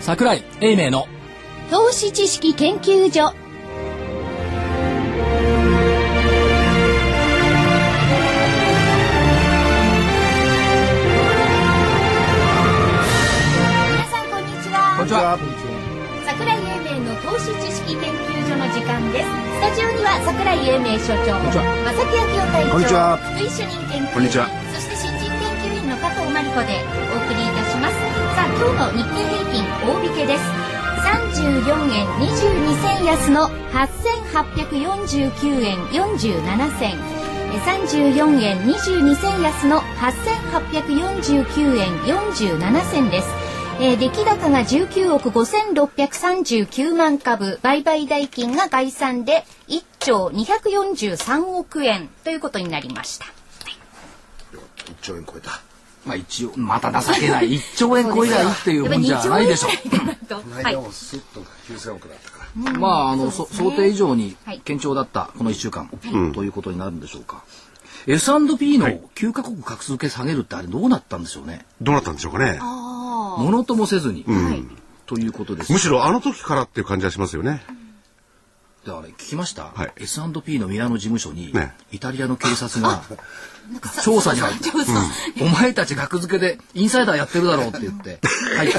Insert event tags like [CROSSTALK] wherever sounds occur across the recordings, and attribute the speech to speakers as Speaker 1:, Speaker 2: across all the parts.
Speaker 1: 桜井英明の
Speaker 2: 投資知識研究所皆さんこんにちは
Speaker 1: ちは
Speaker 2: 桜井英明の投資知識研究所の時間ですスタジオには桜井英明所長
Speaker 1: んにちは
Speaker 2: 正木昭夫隊長
Speaker 3: こんにちは
Speaker 2: 福井主任研究員
Speaker 3: こんにちは
Speaker 2: そして新人研究員の加藤真理子でお送りいたしますさあ今日の日経平均大引けです34円22銭安の8849円47銭え34円22銭安の8849円47銭ですえー出来高が19億5639万株売買代金が概算で1兆243億円ということになりました。
Speaker 3: 1兆円超えた
Speaker 1: まあ一応また情けない一兆円超えりゃいいっていうもんじゃないでしょ
Speaker 2: やっぱり2兆円ぐ
Speaker 3: この
Speaker 2: らいかなと
Speaker 3: 間
Speaker 2: はい
Speaker 3: もスッと9000億だったから、
Speaker 1: まああの、そ想定以上に
Speaker 2: はい
Speaker 1: 堅調だったこの1週間、ということになるんでしょうか、S&P の9カ国格付け下げるってあれどうなったんでしょうね
Speaker 4: どうなったんでしょうかね。
Speaker 1: ものともせずに、
Speaker 2: はい
Speaker 1: ということです
Speaker 4: むしろあの時からっていう感じがしますよね。
Speaker 1: だから聞きました、
Speaker 4: はい
Speaker 1: S&P のミラノ事務所に、
Speaker 4: ね
Speaker 1: イタリアの警察が調査に入って、お前たち額付けでインサイダーやってるだろうって言って入った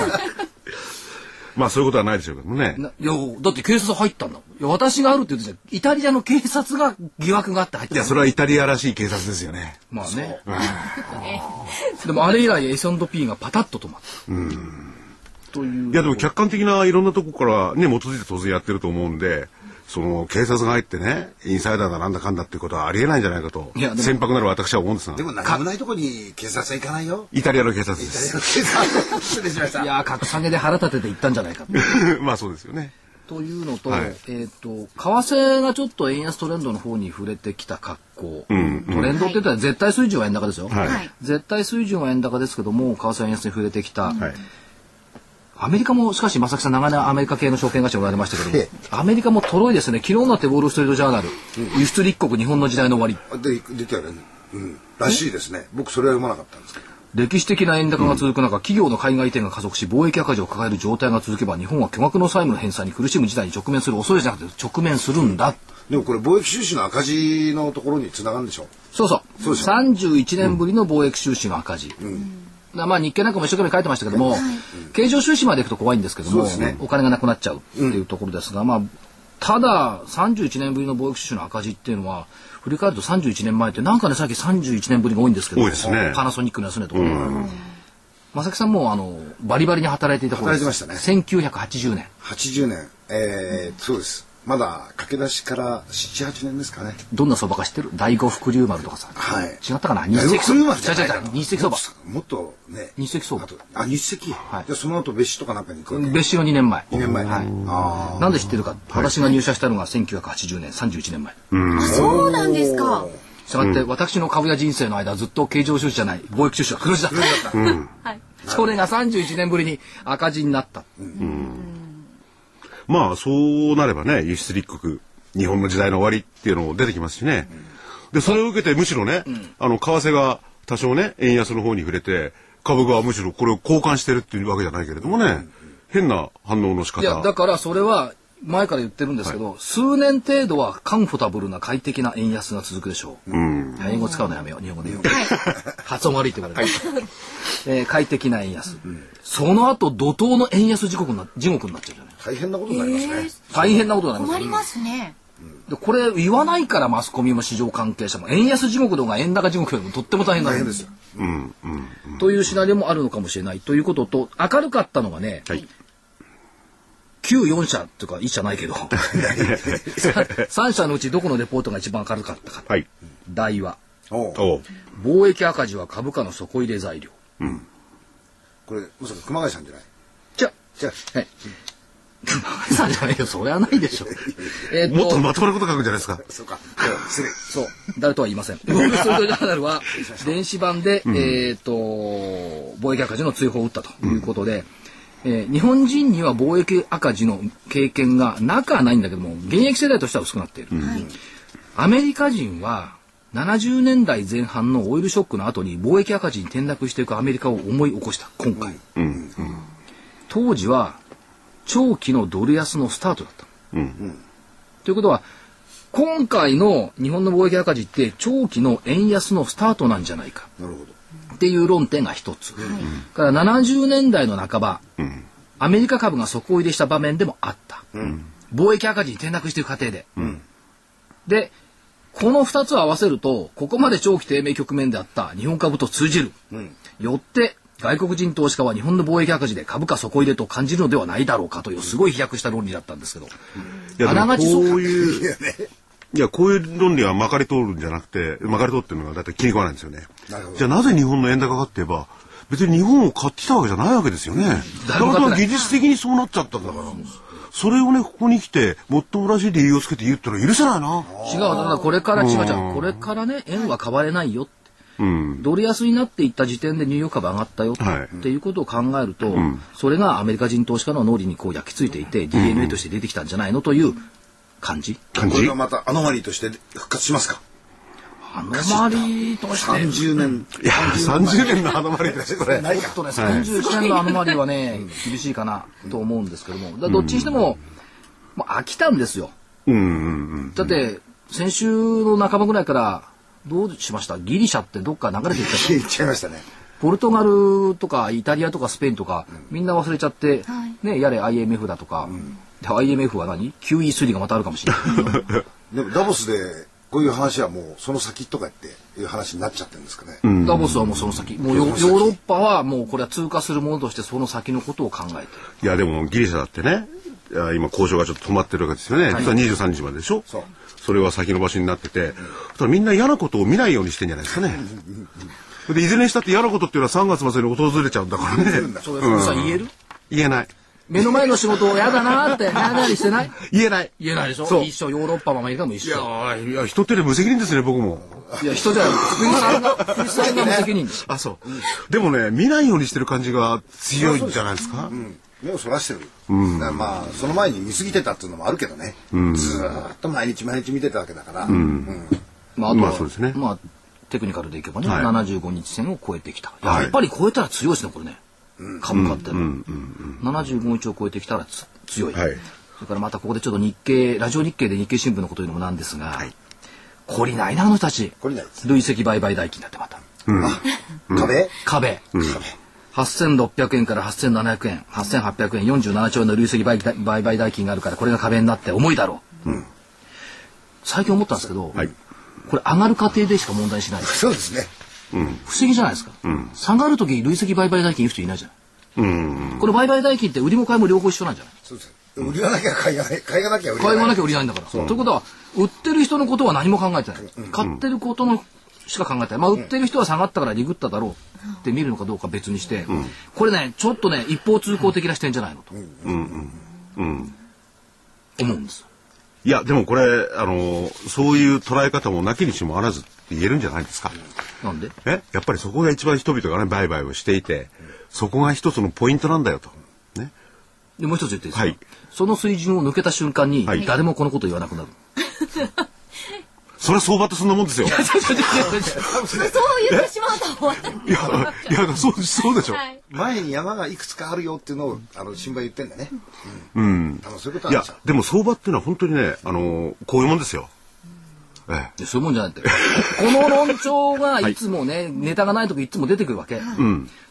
Speaker 4: まあそういうことはないでしょうけどもね。
Speaker 1: ないやだって警察入ったんだもんいや私があるって言ってたじゃんイタリアの警察が疑惑があって入った
Speaker 4: いや、それはイタリアらしい警察ですよね。
Speaker 1: まあね [LAUGHS] でもあれ以来 S&P がパタッと止まったという
Speaker 4: いや、でも客観的ないろんなとこからね、基づいて当然やってると思うんで、その警察が入ってね、インサイダーだなんだかんだっていうことはありえないんじゃないかと
Speaker 1: いやで、も
Speaker 4: 船舶なる私は思うんですが
Speaker 3: で、も何もないとこに警察は行かないよ
Speaker 4: イタリアの警察で
Speaker 3: イタリア
Speaker 4: す。
Speaker 3: の警察失礼しました
Speaker 1: いや格下げで腹立てていったんじゃないかと
Speaker 4: [LAUGHS] まあそうですよね。
Speaker 1: というのと、
Speaker 4: はい
Speaker 1: えっ、と為替がちょっと円安トレンドの方に触れてきた格好、トレンドって言ったら絶対水準は円高ですよ、
Speaker 4: はい
Speaker 2: はい
Speaker 1: 絶対水準は円高ですけども為替は円安に触れてきた、
Speaker 4: はい。
Speaker 1: アメリカもしかし正木さん長年アメリカ系の証券会社おられましたけどもアメリカもとろいですね昨日になってウォール・ストリート・ジャーナル、輸出立国日本の時代の終わり
Speaker 3: で出てるねうんらしいですね僕それは読まなかったんですけど
Speaker 1: 歴史的な円高が続く中、企業の海外移転が加速し貿易赤字を抱える状態が続けば日本は巨額の債務の返済に苦しむ事態に直面する恐れじゃなくて直面するんだ、
Speaker 3: でもこれ貿易収支の赤字のところにつながるんでしょ
Speaker 1: そうそう
Speaker 3: そうでしょ
Speaker 1: 31年ぶりの貿易収支の赤字、だまあ日経なんかも一生懸命書いてましたけども、経常収支までいくと怖いんですけども、
Speaker 3: そうですね
Speaker 1: お金がなくなっちゃうっていうところですが、まあただ31年ぶりの貿易収支の赤字っていうのは振り返ると31年前ってなんかねさっき31年ぶりが多いんですけど
Speaker 4: 多いですね
Speaker 1: パナソニックの安値とか、正木さんもあのバリバリに働いていた頃です
Speaker 3: 働いてまし
Speaker 1: 1980年
Speaker 3: 80年えー、そうですまだ駆け出しから78年ですかね
Speaker 1: どんな相場か知ってる第五福竜丸とかさ、
Speaker 3: はい
Speaker 1: 違ったかな日赤
Speaker 3: それまでじゃない
Speaker 1: 違う違う違う日赤相場
Speaker 3: もっとね
Speaker 1: 日赤相場
Speaker 3: あとあ日赤、
Speaker 1: はい
Speaker 3: でその後別紙とかなんかに行くわけ、
Speaker 1: 別紙の2年前
Speaker 3: 2年前、
Speaker 1: はい
Speaker 3: ああ
Speaker 1: なんで知ってるか、私が入社したのが1980年31年前
Speaker 2: あそうなんですか
Speaker 1: したがって、私の株や人生の間ずっと経常収支じゃない貿易収支は黒字だった、 [LAUGHS]
Speaker 2: はい
Speaker 1: それが31年ぶりに赤字になった、
Speaker 4: まあそうなればね輸出立国日本の時代の終わりっていうのも出てきますしね、でそれを受けてむしろね、あの為替が多少ね円安の方に触れて株がむしろこれを交換してるっていうわけじゃないけれどもね、変な反応の仕方
Speaker 1: いやだからそれは前から言ってるんですけど、数年程度はカンフォタブルな快適な円安が続くでしょう、英語使うのやめよう日本語で言う、発音悪いって言われる、えー快適な円安、その後怒涛の円安時刻にな地獄になっちゃうじゃない
Speaker 3: 大変なことになりますね、
Speaker 1: 大変なことになります
Speaker 2: 困
Speaker 1: よ
Speaker 2: りますね
Speaker 1: でこれ言わないからマスコミも市場関係者も円安地獄の方が円高地獄よりもとっても大変なん
Speaker 3: 大変
Speaker 1: で
Speaker 3: ですす
Speaker 1: よ
Speaker 3: よ。
Speaker 1: というシナリオもあるのかもしれないということと明るかったのがね、
Speaker 4: はい
Speaker 1: 旧4社というか1社ないけど
Speaker 3: [LAUGHS]
Speaker 1: 3社のうちどこのレポートが一番明るかったか
Speaker 4: はい
Speaker 1: 大和
Speaker 3: おう
Speaker 4: おう
Speaker 1: 貿易赤字は株価の底入れ材料
Speaker 3: これまさか熊谷さんじゃない
Speaker 1: じゃ
Speaker 3: じゃあ
Speaker 1: あはい
Speaker 3: [LAUGHS]
Speaker 1: 熊谷さんじゃないよそれはないでしょえー
Speaker 4: もっとまともなこと書くんじゃないですか
Speaker 3: そうかじゃあ失礼そう
Speaker 1: 誰とは言いません。ウォール・ストリート・ジャーナルは、電子版で、えっと、貿易赤字の追放を打ったということで、えー日本人には貿易赤字の経験がなくはないんだけども、現役世代としては薄くなっている。アメリカ人は、70年代前半のオイルショックの後に貿易赤字に転落していくアメリカを思い起こした、今回。当時は、長期のドル安のスタートだった。ということは、今回の日本の貿易赤字って長期の円安のスタートなんじゃないか
Speaker 3: なるほど。
Speaker 1: っていう論点が一つ。から70年代の半ば、アメリカ株が底入れした場面でもあった。貿易赤字に転落していく過程で。で、この2つを合わせると、ここまで長期低迷局面であった日本株と通じる。よって、外国人投資家は日本の貿易赤字で株価底入れと感じるのではないだろうかというすごい飛躍した論理だったんですけど、
Speaker 4: いや、
Speaker 1: あ
Speaker 4: で
Speaker 1: な
Speaker 4: も
Speaker 1: が
Speaker 4: こう
Speaker 1: ちそう
Speaker 4: いう、いや、こういう論理はまかり通るんじゃなくて、まかり通ってるのがだって気に食わないんですよね
Speaker 3: なるほ。ど
Speaker 4: じゃあなぜ日本の円高かって言えば、別に日本を買ってきたわけじゃないわけですよね。だ
Speaker 1: 誰
Speaker 4: か
Speaker 1: も買ってな
Speaker 4: ら
Speaker 1: い
Speaker 4: 技術的にそうなっちゃったんだから。それをね、ここに来て、もっともらしい理由をつけて言うってのは許せないな。
Speaker 1: 違う、だからこれから違うじゃん。これからね、円は買われないよって。ドル安になっていった時点でニューヨーク株上がったよ、
Speaker 4: はい
Speaker 1: っていうことを考えると、それがアメリカ人投資家の脳裏にこう焼き付いていて、DNA として出てきたんじゃないのという感じ。
Speaker 4: 感
Speaker 3: こ
Speaker 4: じ
Speaker 3: れがまたアノマリーとして復活しますか
Speaker 1: あのまりとして。
Speaker 3: ?30 年。
Speaker 4: いや、30年の花まりですよ、これ。
Speaker 3: ないか。
Speaker 1: とね、31年のアノマリはね、厳しいかなと思うんですけども、だからどっちにしても、もう飽きたんですよ。
Speaker 4: うんうんうん。
Speaker 1: だって、先週の半ばぐらいから、どうしましたギリシャってどっか流れていっちゃった
Speaker 3: 消えちゃいましたね。
Speaker 1: ポルトガルとかイタリアとかスペインとか、みんな忘れちゃって、ね、やれ IMF だとか、で IMF は何 ?QE3 がまたあるかもしれない。
Speaker 3: でもダボスでこういう話はもうその先とかっていう話になっちゃってるんですかね。
Speaker 1: ダボスはもうその先。もうヨヨーロッパはもうこれは通過するものとしてその先のことを考えてる。
Speaker 4: いや、でもギリシャだってね、いや今交渉がちょっと止まってるわけですよね。実は23日まででしょ
Speaker 3: そう
Speaker 4: それは先延ばしになってて、ただみんな嫌なことを見ないようにしてんじゃないですかね。で、いずれにしたって嫌なことっていうのは3月末に訪れちゃうんだからね。
Speaker 1: それ、古さん言える、
Speaker 4: 言えない。
Speaker 1: 目の前の仕事を嫌だなー [LAUGHS] って、なだりしてない
Speaker 4: 言えない。
Speaker 1: 言えないでしょ
Speaker 4: そう
Speaker 1: 一緒、ヨーロッパもアメリカも一
Speaker 4: いや
Speaker 1: 緒。
Speaker 4: ーいや、人手で無責任ですね、僕も。
Speaker 1: いや、人じゃ [LAUGHS] ない。国さんが、国さんが無責任です。
Speaker 4: あ、そう。でもね、見ないようにしてる感じが強いんじゃないですか。
Speaker 3: 目をそらしてる、だからまあその前に見過ぎてたっていうのもあるけどね、ずーっと毎日毎日見てたわけだから、うん
Speaker 1: まあ、あとは、
Speaker 4: まあそうですね
Speaker 1: まあ、テクニカルでいけばね、
Speaker 4: はい
Speaker 1: 75日線を超えてきた。
Speaker 4: はい
Speaker 1: やっぱり超えたら強いですね、これね。株価ってのは。75日を超えてきたらつ強い。
Speaker 4: はい
Speaker 1: それからまたここでちょっと日経、ラジオ日経で日経新聞のこと言うのもなんですが、懲りないな、あの人たち。
Speaker 3: 懲りないです
Speaker 1: 累積売買代金だってまた。
Speaker 3: あ壁、
Speaker 1: 壁。8600円から8700円、8800円、47兆円の累積売売買代金があるから、これが壁になって重いだろう。最近思ったんですけど、
Speaker 4: はい
Speaker 1: これ上がる過程でしか問題しない。
Speaker 3: そうですね
Speaker 1: 不思議じゃないですか。下がるとき累積売買代金言う人いないじゃない。これ売買代金って売りも買いも両方一緒なんじゃない
Speaker 3: そうです売りはなきゃ買いがない買いがなきゃ売り
Speaker 1: 買いがなき
Speaker 3: ゃ
Speaker 1: ゃ売りないんだから。ということは、売ってる人のことは何も考えてない。買ってることのしか考えてない。まあ、売ってる人は下がったからリグっただろうって見るのかどうか別にして、これね、ちょっとね、一方通行的な視点じゃないのと。思うんです。
Speaker 4: いや、でもこれ、あの、そういう捉え方もなきにしもあらずって言えるんじゃないですか。
Speaker 1: なんで
Speaker 4: えやっぱりそこが一番人々がね売買をしていてそこが一つのポイントなんだよと。ね、
Speaker 1: で、もう一つ言っていいですか、
Speaker 4: はい
Speaker 1: その水準を抜けた瞬間に
Speaker 4: はい、
Speaker 1: 誰もこのこと言わなくな [LAUGHS] る。
Speaker 4: それは相場ってそんなもん [LAUGHS] ですよ。い
Speaker 2: そう言ってしまうと終わった。
Speaker 4: や、いや、そう、そうでしょ。
Speaker 2: はい。
Speaker 3: 前に山がいくつかあるよっていうのをあの新聞は言ってんだねうん、あのそういうこと
Speaker 4: い
Speaker 3: なんで
Speaker 4: や
Speaker 3: すよ、
Speaker 4: でも相場っていうのは本当にね、あの、こういうもんですよ。え
Speaker 1: いやそういうもんじゃないって。この論調がいつもね、ネタがない時いつも出てくるわけ。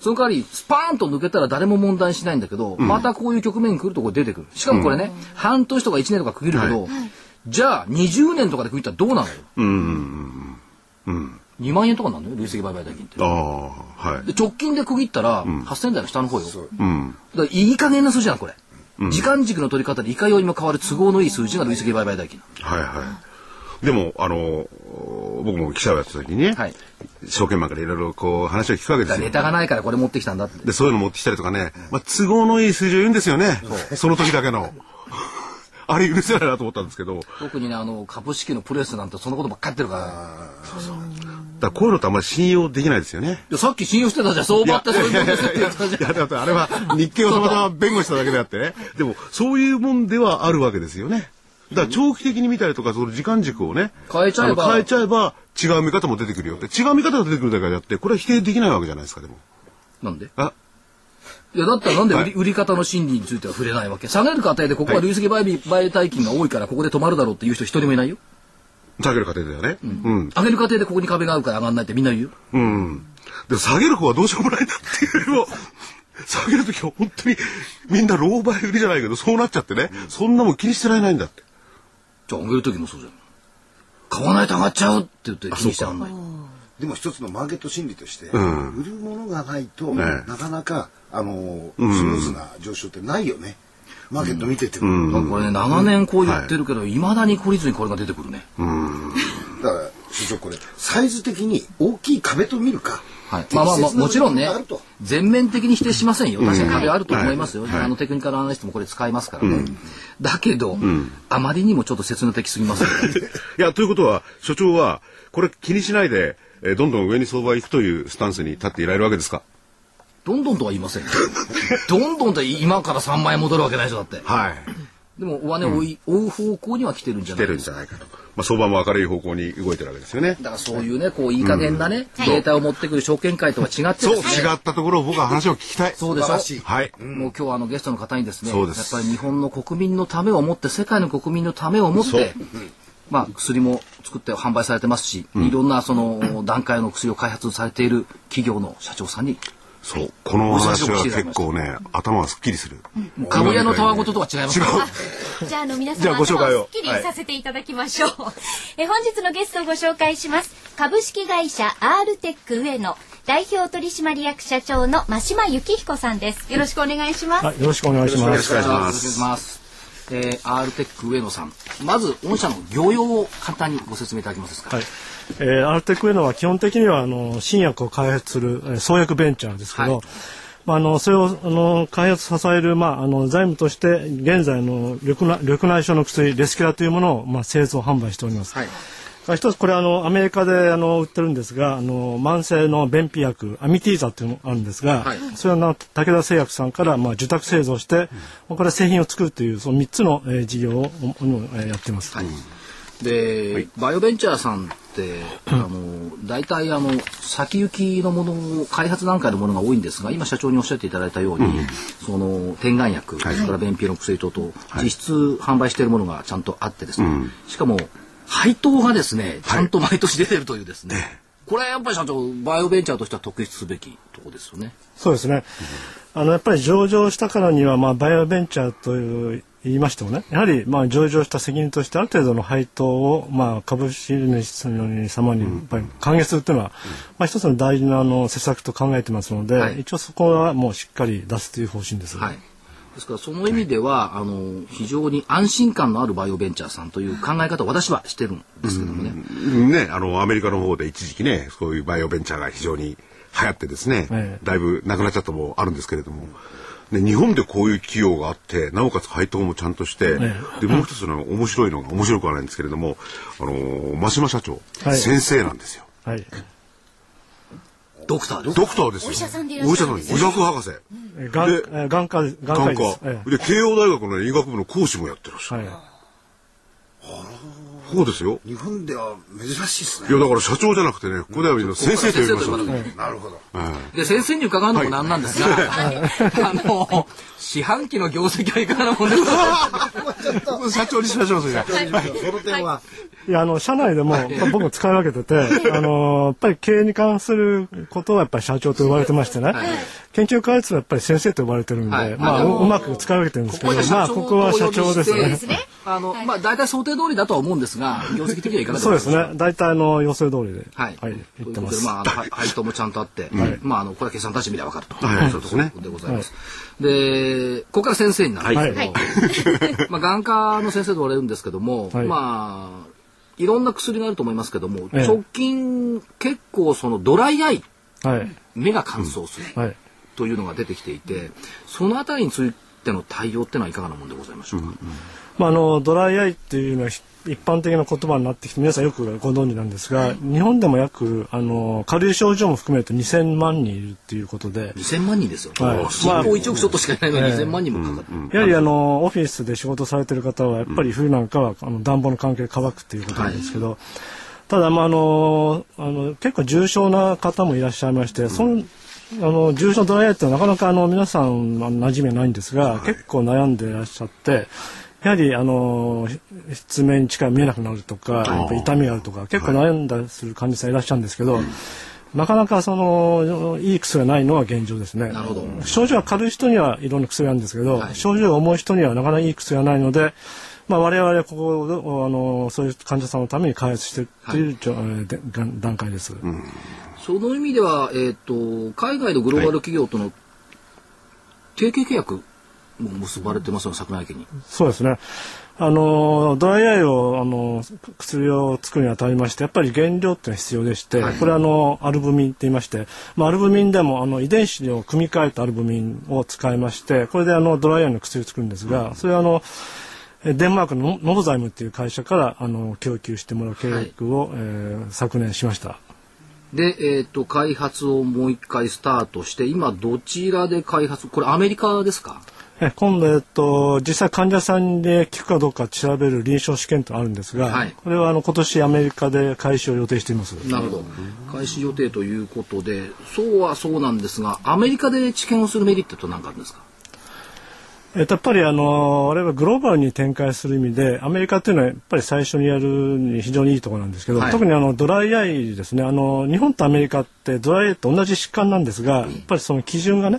Speaker 1: その代わり、スパーンと抜けたら誰も問題にしないんだけど、またこういう局面に来るとこれ出てくる。しかもこれね、半年とか1年とか区切るけど、じゃあ20年とかで区切ったらどうなのよ。2万円とかなのよ、累積売買代金って
Speaker 4: え。ああ、はい。
Speaker 1: で直近で区切ったら、8000台の下の方よ。だからいい加減な数字なの、これ。時間軸の取り方でいかようにも変わる都合のいい数字が累積売買代金なの。
Speaker 4: はいはい。でも、あの、僕も記者をやってた時にね、
Speaker 1: はい
Speaker 4: 証券マンからいろいろこう話を聞くわけで
Speaker 1: だか
Speaker 4: す
Speaker 1: ら
Speaker 4: よ
Speaker 1: ネ。タがないからこれ持ってきたんだって。
Speaker 4: で、そういうの持ってきたりとかね、まあ、都合のいい数字を言うんですよね。その時だけの。 [LAUGHS] あれ許せないなと思ったんですけど、
Speaker 1: 特にねあの株式のプレスなんてそんなことばっかり言ってるからね
Speaker 4: だからこういうのってあんまり信用できないですよね。
Speaker 1: いやさっき信用してたじゃん相場ってそういうもんですって言ってたじゃん
Speaker 4: いや、だってあれは日経をたまたま弁護しただけであってね。でも、そういうもんではあるわけですよね。だから長期的に見たりとか、その時間軸をね、
Speaker 1: 変えちゃえば
Speaker 4: あの変えちゃえば違う見方も出てくるよって。違う見方が出てくるだけであって、これは否定できないわけじゃないですか、でも。
Speaker 1: なんで
Speaker 4: あ、
Speaker 1: いやだったらなんで売り,、
Speaker 4: はい
Speaker 1: 売り方の心理については触れないわけ下げる過程でここは累積売買売買金が多いからここで止まるだろうっていう人一人もいないよ
Speaker 4: 下げる過程だよね。うん。
Speaker 1: 上げる過程でここに壁があるから上がんないってみんな言うよ
Speaker 4: うん。でも下げる方はどうしようもないんだっていうよりも、 [LAUGHS] 下げるときは本当にみんな老媒売りじゃないけど、そうなっちゃってね、そんなもん気にしてられないんだって。
Speaker 1: じゃあ上げる時もそうじゃん買わないと上がっちゃうって言って気にしてあんない
Speaker 3: でも一つのマーケット心理として、
Speaker 4: ん
Speaker 3: 売るものがないと、
Speaker 4: ね
Speaker 3: なかなかあのースムーズな上昇ってないよね、マーケット見てても、
Speaker 1: だからこれね長年こう言ってるけど、いまだに懲りずにこれが出てくるね、
Speaker 3: だから所長これサイズ的に大きい壁と見るか、
Speaker 1: はい、まあまあももちろんね
Speaker 3: 適切なものがあると
Speaker 1: 全面的に否定しませんよ確かに壁あると思いますよ、
Speaker 4: はいはい
Speaker 1: あのテクニカルアナリストもこれ使いますからね、だけど、あまりにもちょっと説明的すぎますよね
Speaker 4: [LAUGHS] いや、ということは、所長は、これ気にしないで、えーどんどん上に相場行くというスタンスに立っていられるわけですか
Speaker 1: どんどんとは言いませんよどんどんと今から3万円戻るわけないでしょだって
Speaker 4: はい。
Speaker 1: でも上値を追い、追う方向には来てるんじゃな
Speaker 4: 出
Speaker 1: い
Speaker 4: るんじゃないかと。まあ、相場も明るい方向に動いてるわけですよね。
Speaker 1: だからそういうねこういい加減なね、データを持ってくる証券会とは違って
Speaker 4: そう、
Speaker 1: で
Speaker 4: 違
Speaker 1: すね
Speaker 4: ったところを僕は話を聞きたい。
Speaker 1: そう
Speaker 3: 素晴ら
Speaker 1: でしょ
Speaker 3: しい
Speaker 4: はい。
Speaker 1: もう今日はあのゲストの方にですね
Speaker 4: そうです
Speaker 1: やっぱり日本の国民のためを思って世界の国民のためを思っ
Speaker 4: そう
Speaker 1: て、まあ、薬も作って販売されてますし、いろんなその段階の薬を開発されている企業の社長さんに
Speaker 4: そう。このお話は結構ね、頭がすっきりする。
Speaker 1: もう株屋のたわごととは違います
Speaker 4: 違う
Speaker 1: から。
Speaker 2: じゃあ、あの、皆
Speaker 4: じゃあ
Speaker 2: 様、
Speaker 4: ご紹介
Speaker 2: 頭を
Speaker 4: を
Speaker 2: すっきりさせていただきましょう。え、本日のゲストをご紹介します。株式会社アールテック上野代表取締役社長の真島幸彦さんです。よろしくお願いします。
Speaker 5: はい、よろしくお願いします。
Speaker 1: よろしくお願いします。えー、アールテック上野さん、まず御社の業用を簡単にご説明いただけますですか。
Speaker 5: はい。えー、アルテックウェノは基本的には、あの、新薬を開発する、えー創薬ベンチャーですけど、
Speaker 1: はい
Speaker 5: まあ、あの、それを、あの、開発支える、まあ、あの、財務として、現在の緑内緑内障の薬、レスキュラというものを、まあ、製造販売しております。
Speaker 1: はい
Speaker 5: 一つこれあのアメリカであの売ってるんですがあの慢性の便秘薬アミティーザっていうのがあるんですが、
Speaker 1: はい
Speaker 5: それはな武田製薬さんからまあ受託製造して、これは製品を作るというその3つの、えー事業をおおえーやってます。
Speaker 1: で、バイオベンチャーさんって、あの、大体あの、先行きのものを、開発段階のものが多いんですが、今社長におっしゃっていただいたように、その、点眼薬、それから便秘の薬等々、実質販売しているものがちゃんとあってですね、しかも、配当がですね、ちゃんと毎年出てるというですね、これはやっぱり社長、バイオベンチャーとしては特筆すべきとこですよね。
Speaker 5: そうですね。あのやっぱり上場したからにはまあバイオベンチャーという言いましてもね、やはりまあ上場した責任としてある程度の配当をまあ株主主様にやっぱり還元するというのは、まあ一つの大事なあの施策と考えてますので、
Speaker 1: はい
Speaker 5: 一応そこはもうしっかり出すという方針です。
Speaker 1: はい。ですからその意味では、あの非常に安心感のあるバイオベンチャーさんという考え方を私はしてるんですけどもね。
Speaker 4: ね、あの、アメリカの方で一時期ね、そういうバイオベンチャーが非常に流行ってですね、
Speaker 5: ええ
Speaker 4: だいぶなくなっちゃったのもあるんですけれども、ね、日本でこういう企業があって、なおかつ配当もちゃんとして、で、もう一つの面白いのが、面白くはないんですけれども、あのー、真島社長、
Speaker 5: はい
Speaker 4: 先生なんですよ。
Speaker 5: はい。
Speaker 1: ドクターです。
Speaker 4: ドクターですよ。
Speaker 2: お医者さんでいらっ
Speaker 4: お医
Speaker 2: し
Speaker 4: 者
Speaker 2: ゃる
Speaker 4: さん
Speaker 2: ん
Speaker 4: で
Speaker 2: ですす
Speaker 4: 医学博士。
Speaker 5: え眼
Speaker 4: で
Speaker 5: えー眼科眼科
Speaker 4: 眼
Speaker 5: 医です。え
Speaker 4: 科。で、慶応大学の医学部の講師もやってらっし
Speaker 5: え
Speaker 4: ゃる。
Speaker 5: はい。
Speaker 4: そうですよ。
Speaker 3: 日本では珍しいです
Speaker 4: い
Speaker 3: ね
Speaker 4: や、だから社長じゃなくてね、ここではみんな先生と呼びましょ
Speaker 1: 先生と呼
Speaker 4: う。
Speaker 1: ばなきゃ
Speaker 3: なるほど
Speaker 1: で先生に伺うのもなんなんですが、あの四半期の業績はいかがなもんですか。
Speaker 4: 社長にしましょう、それじゃあ
Speaker 3: その点は、
Speaker 5: いや、あの、社内でも、やっぱ僕も使い分けてて、あの、やっぱり経営に関することはやっぱり社長と呼ばれてましてね、研究開発はやっぱり先生と呼ばれてるんで、
Speaker 1: はい
Speaker 5: まあ、
Speaker 1: あの
Speaker 5: ううまく使い分けてるんですけど、
Speaker 1: ここで
Speaker 5: まあ、ここは社長です
Speaker 1: 社長とお呼び
Speaker 5: ね
Speaker 1: し。てあのまあ大体想定通りだとは思うんですが、業績的にはいかが
Speaker 5: そうです
Speaker 1: か。
Speaker 5: ね。大体、あの、予想通りで、
Speaker 1: はい、
Speaker 5: はい、
Speaker 1: とい
Speaker 5: 言っ
Speaker 1: うこ
Speaker 5: てま。
Speaker 1: とですまああのはい配当もちゃんとあって、まああのこれは計算出してみればわかると、
Speaker 4: はい
Speaker 1: そういうところでございます。でここから先生になるんですけど、 [LAUGHS] まあ眼科の先生と言われるんですけども、
Speaker 5: はい
Speaker 1: まあいろんな薬があると思いますけども、
Speaker 5: ええ
Speaker 1: 直近結構そのドライアイ
Speaker 5: はい。
Speaker 1: 目が乾燥する
Speaker 5: はい。
Speaker 1: というのが出てきていて、そのあたりについての対応ってのはいかがなもんでございましょうか。
Speaker 5: まあ、あのドライアイっていうのはひ一般的な言葉になってきて皆さんよくご存知なんですが、日本でも約あの軽い症状も含めると2000万人いるっていうことで、
Speaker 1: 2000万人ですよ。
Speaker 5: はい
Speaker 1: 人口1億ちょっとしかいないのに2000万人もかかる。
Speaker 5: やはりあのオフィスで仕事されてる方はやっぱり冬なんかはあの暖房の関係で乾くっていうことなんですけど、ただまああのあの結構重症な方もいらっしゃいまして、そのあの重症ドライアイってなかなかあの皆さんあの馴染みはないんですが、結構悩んでいらっしゃってやはりあの失明に近い見えなくなるとかやっぱ痛みがあるとか結構悩んだりする患者さんいらっしゃるんですけど、なかなかそのいい薬がないのは現状ですね
Speaker 1: なるほど
Speaker 5: 症状が軽い人にはいろんな薬があるんですけど、症状が重い人にはなかなかいい薬がないので、まあ、我々はここをあのそういう患者さんのために開発しているというじょ、えーでがん段階です。
Speaker 1: その意味では、えっ、と、海外のグローバル企業との提携契約も結ばれてますよね、桜井家に。
Speaker 5: そうですね。あのドライアイをあの薬を作るにあたりましてやっぱり原料っていうのが必要でして、
Speaker 1: はい
Speaker 5: これあのアルブミンって言いまして、まあ、アルブミンでもあの遺伝子を組み替えたアルブミンを使いましてこれであのドライアイの薬を作るんですが、それはあのえデンマークのノノボザイムっていう会社からあの供給してもらう契約を、えー昨年しました。
Speaker 1: で、えっ、と、開発をもう一回スタートして、今どちらで開発、これアメリカですか
Speaker 5: え今度、えっと、実際患者さんで効くかどうか調べる臨床試験とあるんですが、
Speaker 1: はい
Speaker 5: これはあの今年アメリカで開始を予定しています。
Speaker 1: なるほど。開始予定ということで、そうはそうなんですが、アメリカで治験をするメリットって何かあるんですか
Speaker 5: えっと、やっぱりあの我々グローバルに展開する意味でアメリカっていうのはやっぱり最初にやるに非常にいいところなんですけど、
Speaker 1: はい
Speaker 5: 特にあのドライアイですねあの日本とアメリカってドライアイと同じ疾患なんですがやっぱりその基準がね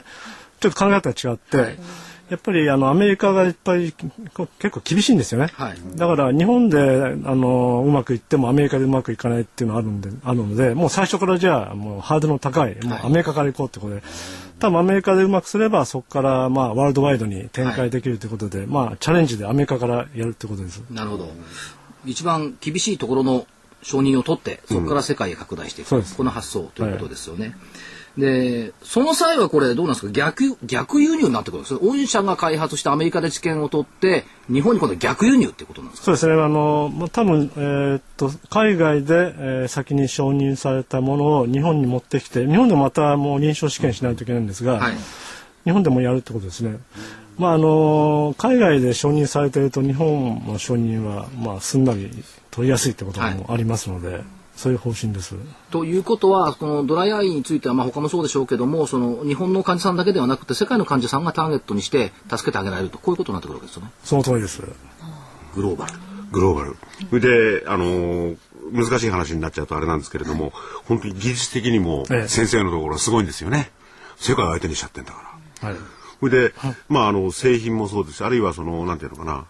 Speaker 5: ちょっと考え方が違って、やっぱりあのアメリカがいっぱいこう結構厳しいんですよね、
Speaker 1: はい
Speaker 5: だから日本であのうまくいってもアメリカでうまくいかないっていうのはあるんであるのでもう最初からじゃあもうハードルの高いもうアメリカから行こうってことで多分アメリカでうまくすればそこからまあワールドワイドに展開できるということで、まあチャレンジでアメリカからやるってことです。
Speaker 1: なるほど。一番厳しいところの承認を取って、そこから世界へ拡大していく、
Speaker 5: そうです
Speaker 1: この発想ということですよね。で、その際はこれどうなんですか逆、逆輸入になってくるんですか御社が開発したアメリカで治験を取って、日本に今度は逆輸入ってことなんですか
Speaker 5: そうですね。あの、まあ、多分、えーっと、海外で、えー先に承認されたものを日本に持ってきて、日本でまたもう臨床試験しないといけないんですが、
Speaker 1: はい。
Speaker 5: 日本でもやるってことですね。まあ、あの、海外で承認されていると、日本の承認は、まあ、すんなり取りやすいってこともありますので、そういう方針です。
Speaker 1: ということは、このドライアイについては、まあ他もそうでしょうけども、その日本の患者さんだけではなくて、世界の患者さんがターゲットにして助けてあげられると、こういうことになってくるわけですよね。
Speaker 5: その通りです。
Speaker 1: グローバル。
Speaker 4: グローバル。それで、あのー難しい話になっちゃうとあれなんですけれども、本当に技術的にも
Speaker 5: ええ
Speaker 4: 先生のところはすごいんですよね。世界を相手にしちゃってんだから。
Speaker 5: はい。
Speaker 4: それで、まあ、あの製品もそうですしあるいはそのなんていうのかな、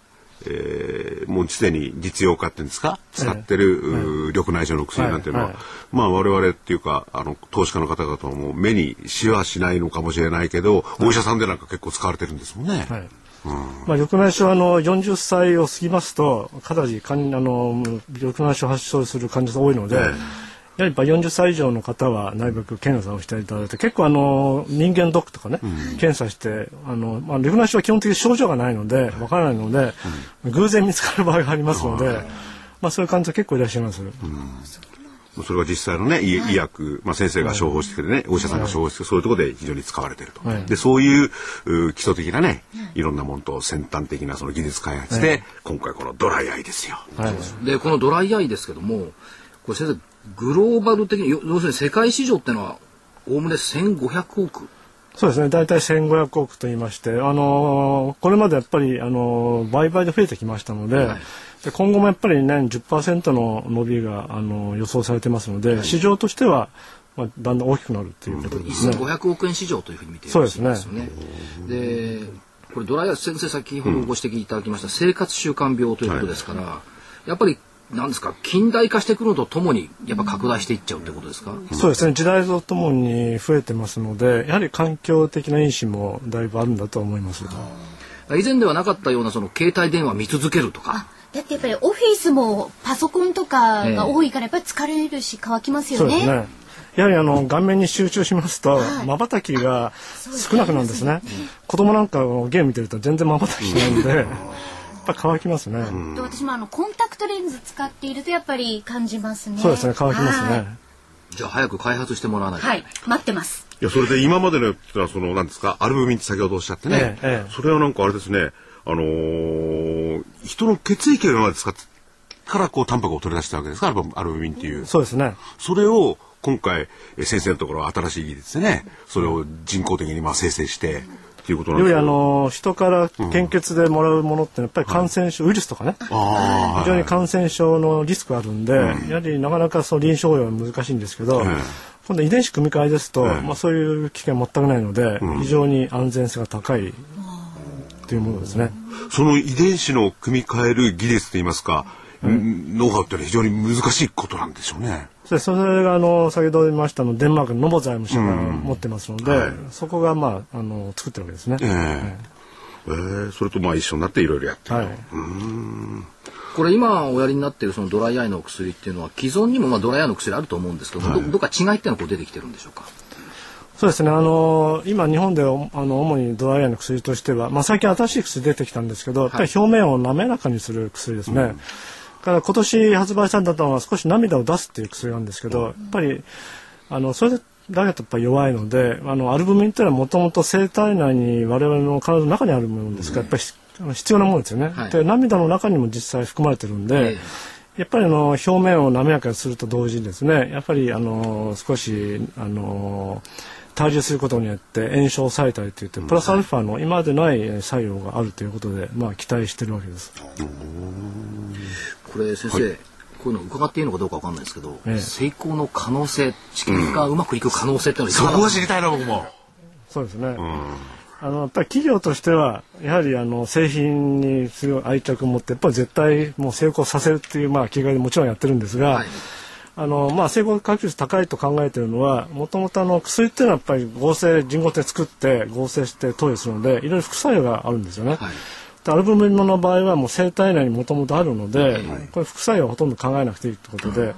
Speaker 4: えーもうすでに実用化っていうんですか使ってる、うー緑内障の薬なんていうのは、
Speaker 5: はいはい
Speaker 4: まあ我々っていうかあの投資家の方々はもう目にしはしないのかもしれないけど、お医者さんでなんか結構使われてるんですもんね。
Speaker 5: はい。まあ、緑内障はあの40歳を過ぎますとかなりかんあの緑内障を発症する患者さん多いので、
Speaker 4: ええ
Speaker 5: やはりやっぱ40歳以上の方はなるべく検査をしていただいて結構あの人間ドックとかね、検査してあの、まあ、緑内障は基本的に症状がないのでわからないので、偶然見つかる場合がありますので、まあ、そういう患者結構いらっしゃいます。
Speaker 4: それは実際のね、い医薬、まあ、先生が処方してくれてね、お医者さんが処方してくれてそういうところで非常に使われてると。
Speaker 5: はい
Speaker 4: で、そういうう基礎的なね、いろんなものと先端的なその技術開発で、今回このドライアイですよ。
Speaker 5: はい
Speaker 1: で、このドライアイですけども、これ先生、グローバル的に、よ要するに世界市場ってのは、おおむね1500億。
Speaker 5: そうですね大体1500億と言いまして、あのーこれまでやっぱり、あのー倍々で増えてきましたので,、で今後もやっぱり年10%の伸びが、あのー予想されてますので、市場としては、まあ、だんだん大きくなるということですね。
Speaker 1: 1500億円市場というふうに見てい
Speaker 5: そう
Speaker 1: るん
Speaker 5: で
Speaker 1: ですす
Speaker 5: ね
Speaker 1: よね。で、これドライアイ先生先ほどご指摘いただきました、生活習慣病ということですから、やっぱりなんですか近代化してくるのとともにやっぱ拡大していっちゃうってことですか、
Speaker 5: そうですね時代とともに増えてますのでやはり環境的な因子もだいぶあるんだと思います。
Speaker 1: 以前ではなかったようなその携帯電話見続けるとか
Speaker 2: だってやっぱりオフィスもパソコンとかが多いからやっぱり疲れるし乾きます
Speaker 5: そ
Speaker 2: よ
Speaker 5: うで
Speaker 2: ね。
Speaker 5: すね。やはりあの顔面に集中しますと、瞬きが少なくなるんですね。子供なんかをゲーム見てると全然瞬きしないので、やっぱ乾きますね。
Speaker 2: で私もあのコンタクトレンズ使っているとやっぱり感じますね。
Speaker 5: そうですね、乾きます
Speaker 2: はい
Speaker 5: ね。
Speaker 1: じゃあ早く開発してもらわないと、
Speaker 2: はい、待ってます。
Speaker 4: いや、それで今までのやつは、その、なんですか、アルブミンって先ほどおっしゃってね、
Speaker 5: ええええ
Speaker 4: それはなんかあれですね、あのー人の血液を今まで使ってから、こう、タンパクを取り出したわけですか、アルバムアルブミンっていう。
Speaker 5: そうですね。
Speaker 4: それを、今回、えー先生のところは新しい技術でね、それを人工的にまあ生成して、っていうことなん
Speaker 5: よ
Speaker 4: ですけ
Speaker 5: りあ
Speaker 4: ど。
Speaker 5: の人から献血でもらうものってやっぱり感染症、ウイルスとかね
Speaker 4: あー
Speaker 5: 非常に感染症のリスクがあるんで、やはりなかなかその臨床用は難しいんですけど、
Speaker 4: ええ
Speaker 5: 今度遺伝子組み換えですと、
Speaker 4: ええ
Speaker 5: まあ、そういう危険は全くないので、非常に安全性が高いというものですね。
Speaker 4: その遺伝子の組み替える技術といいますか、んノウハウっていうのは非常に難しいことなんでしょうね。
Speaker 5: それそれがあの先ほど言いましたあのデンマークのノボザイム社が持ってますので、
Speaker 4: はい
Speaker 5: そこが、まあ、あの作ってるわけですね。
Speaker 4: ええええそれとまあ一緒になっていろいろやってる。
Speaker 5: はい
Speaker 1: これ今おやりになってるそのドライアイのお薬っていうのは既存にもまあドライアイのお薬あると思うんですけど、どどっか違いっていうのはこう出てきてるんでしょうか
Speaker 5: そうですね、あの今、日本でおあの主にドライアイの薬としては、まあ、最近新しい薬出てきたんですけど、やっぱり表面を滑らかにする薬ですね。だから今年発売されたのは少し涙を出すっていう薬なんですけど、やっぱりあのそれだけだとやっぱり弱いのであのアルブミンっていうのはもともと生体内に我々の体の中にあるものですから、やっぱりしあの必要なものですよね、
Speaker 1: はい
Speaker 5: で涙の中にも実際含まれてるんで、
Speaker 1: え
Speaker 5: やっぱりあの表面を滑らかにすると同時にですねやっぱりあの少しあの体重することによって炎症を抑えたりといってプラスアルファの今までないえー作用があるということで、まあ、期待してるわけです。
Speaker 1: これ先生、こういうの伺っていいのかどうかわかんないですけど、
Speaker 5: ええ
Speaker 1: 成功の可能性治験がうまくいく可能性ってのはいか
Speaker 4: そ
Speaker 1: がなんで
Speaker 4: こは
Speaker 1: す
Speaker 4: 知りたいな僕も。
Speaker 5: そうですね、あのやっぱり企業としてはやはりあの製品にすごい愛着を持ってやっぱり絶対もう成功させるっていう、まあ、気概でもちろんやってるんですが、
Speaker 1: はい
Speaker 5: あのまあ、成功確率高いと考えてるのはもともとあの薬っていうのはやっぱり合成人工体作って合成して投与するのでいろいろ副作用があるんですよね。
Speaker 1: はい
Speaker 5: でアルブミンの場合はもう生体内にもともとあるので、これ副作用はほとんど考えなくていいってことで、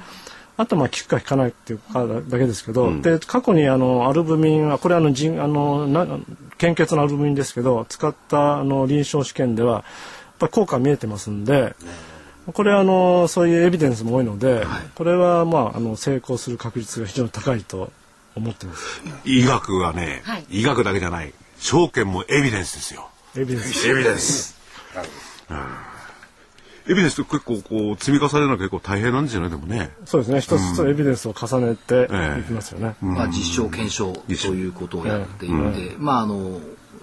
Speaker 5: あとはまあ効くか効かないっていうかだけですけど、で過去にあのアルブミンはこれはあの人あのな献血のアルブミンですけど使ったあの臨床試験ではやっぱり効果見えてますんで。これはあのそういうエビデンスも多いので、これはまああの成功する確率が非常に高いと思ってます。
Speaker 4: 医学はね、
Speaker 2: はい
Speaker 4: 医学だけじゃない、証券もエビデンスですよ。
Speaker 5: エビデン [LAUGHS] ス。
Speaker 4: エビデンス。うんエビデンスって結構こう積み重ねるのは結構大変なんじゃないでもね。
Speaker 5: そうですね。一つずつエビデンスを重ねていきますよね。
Speaker 1: まあ、実証検証ということをやっていて、まああの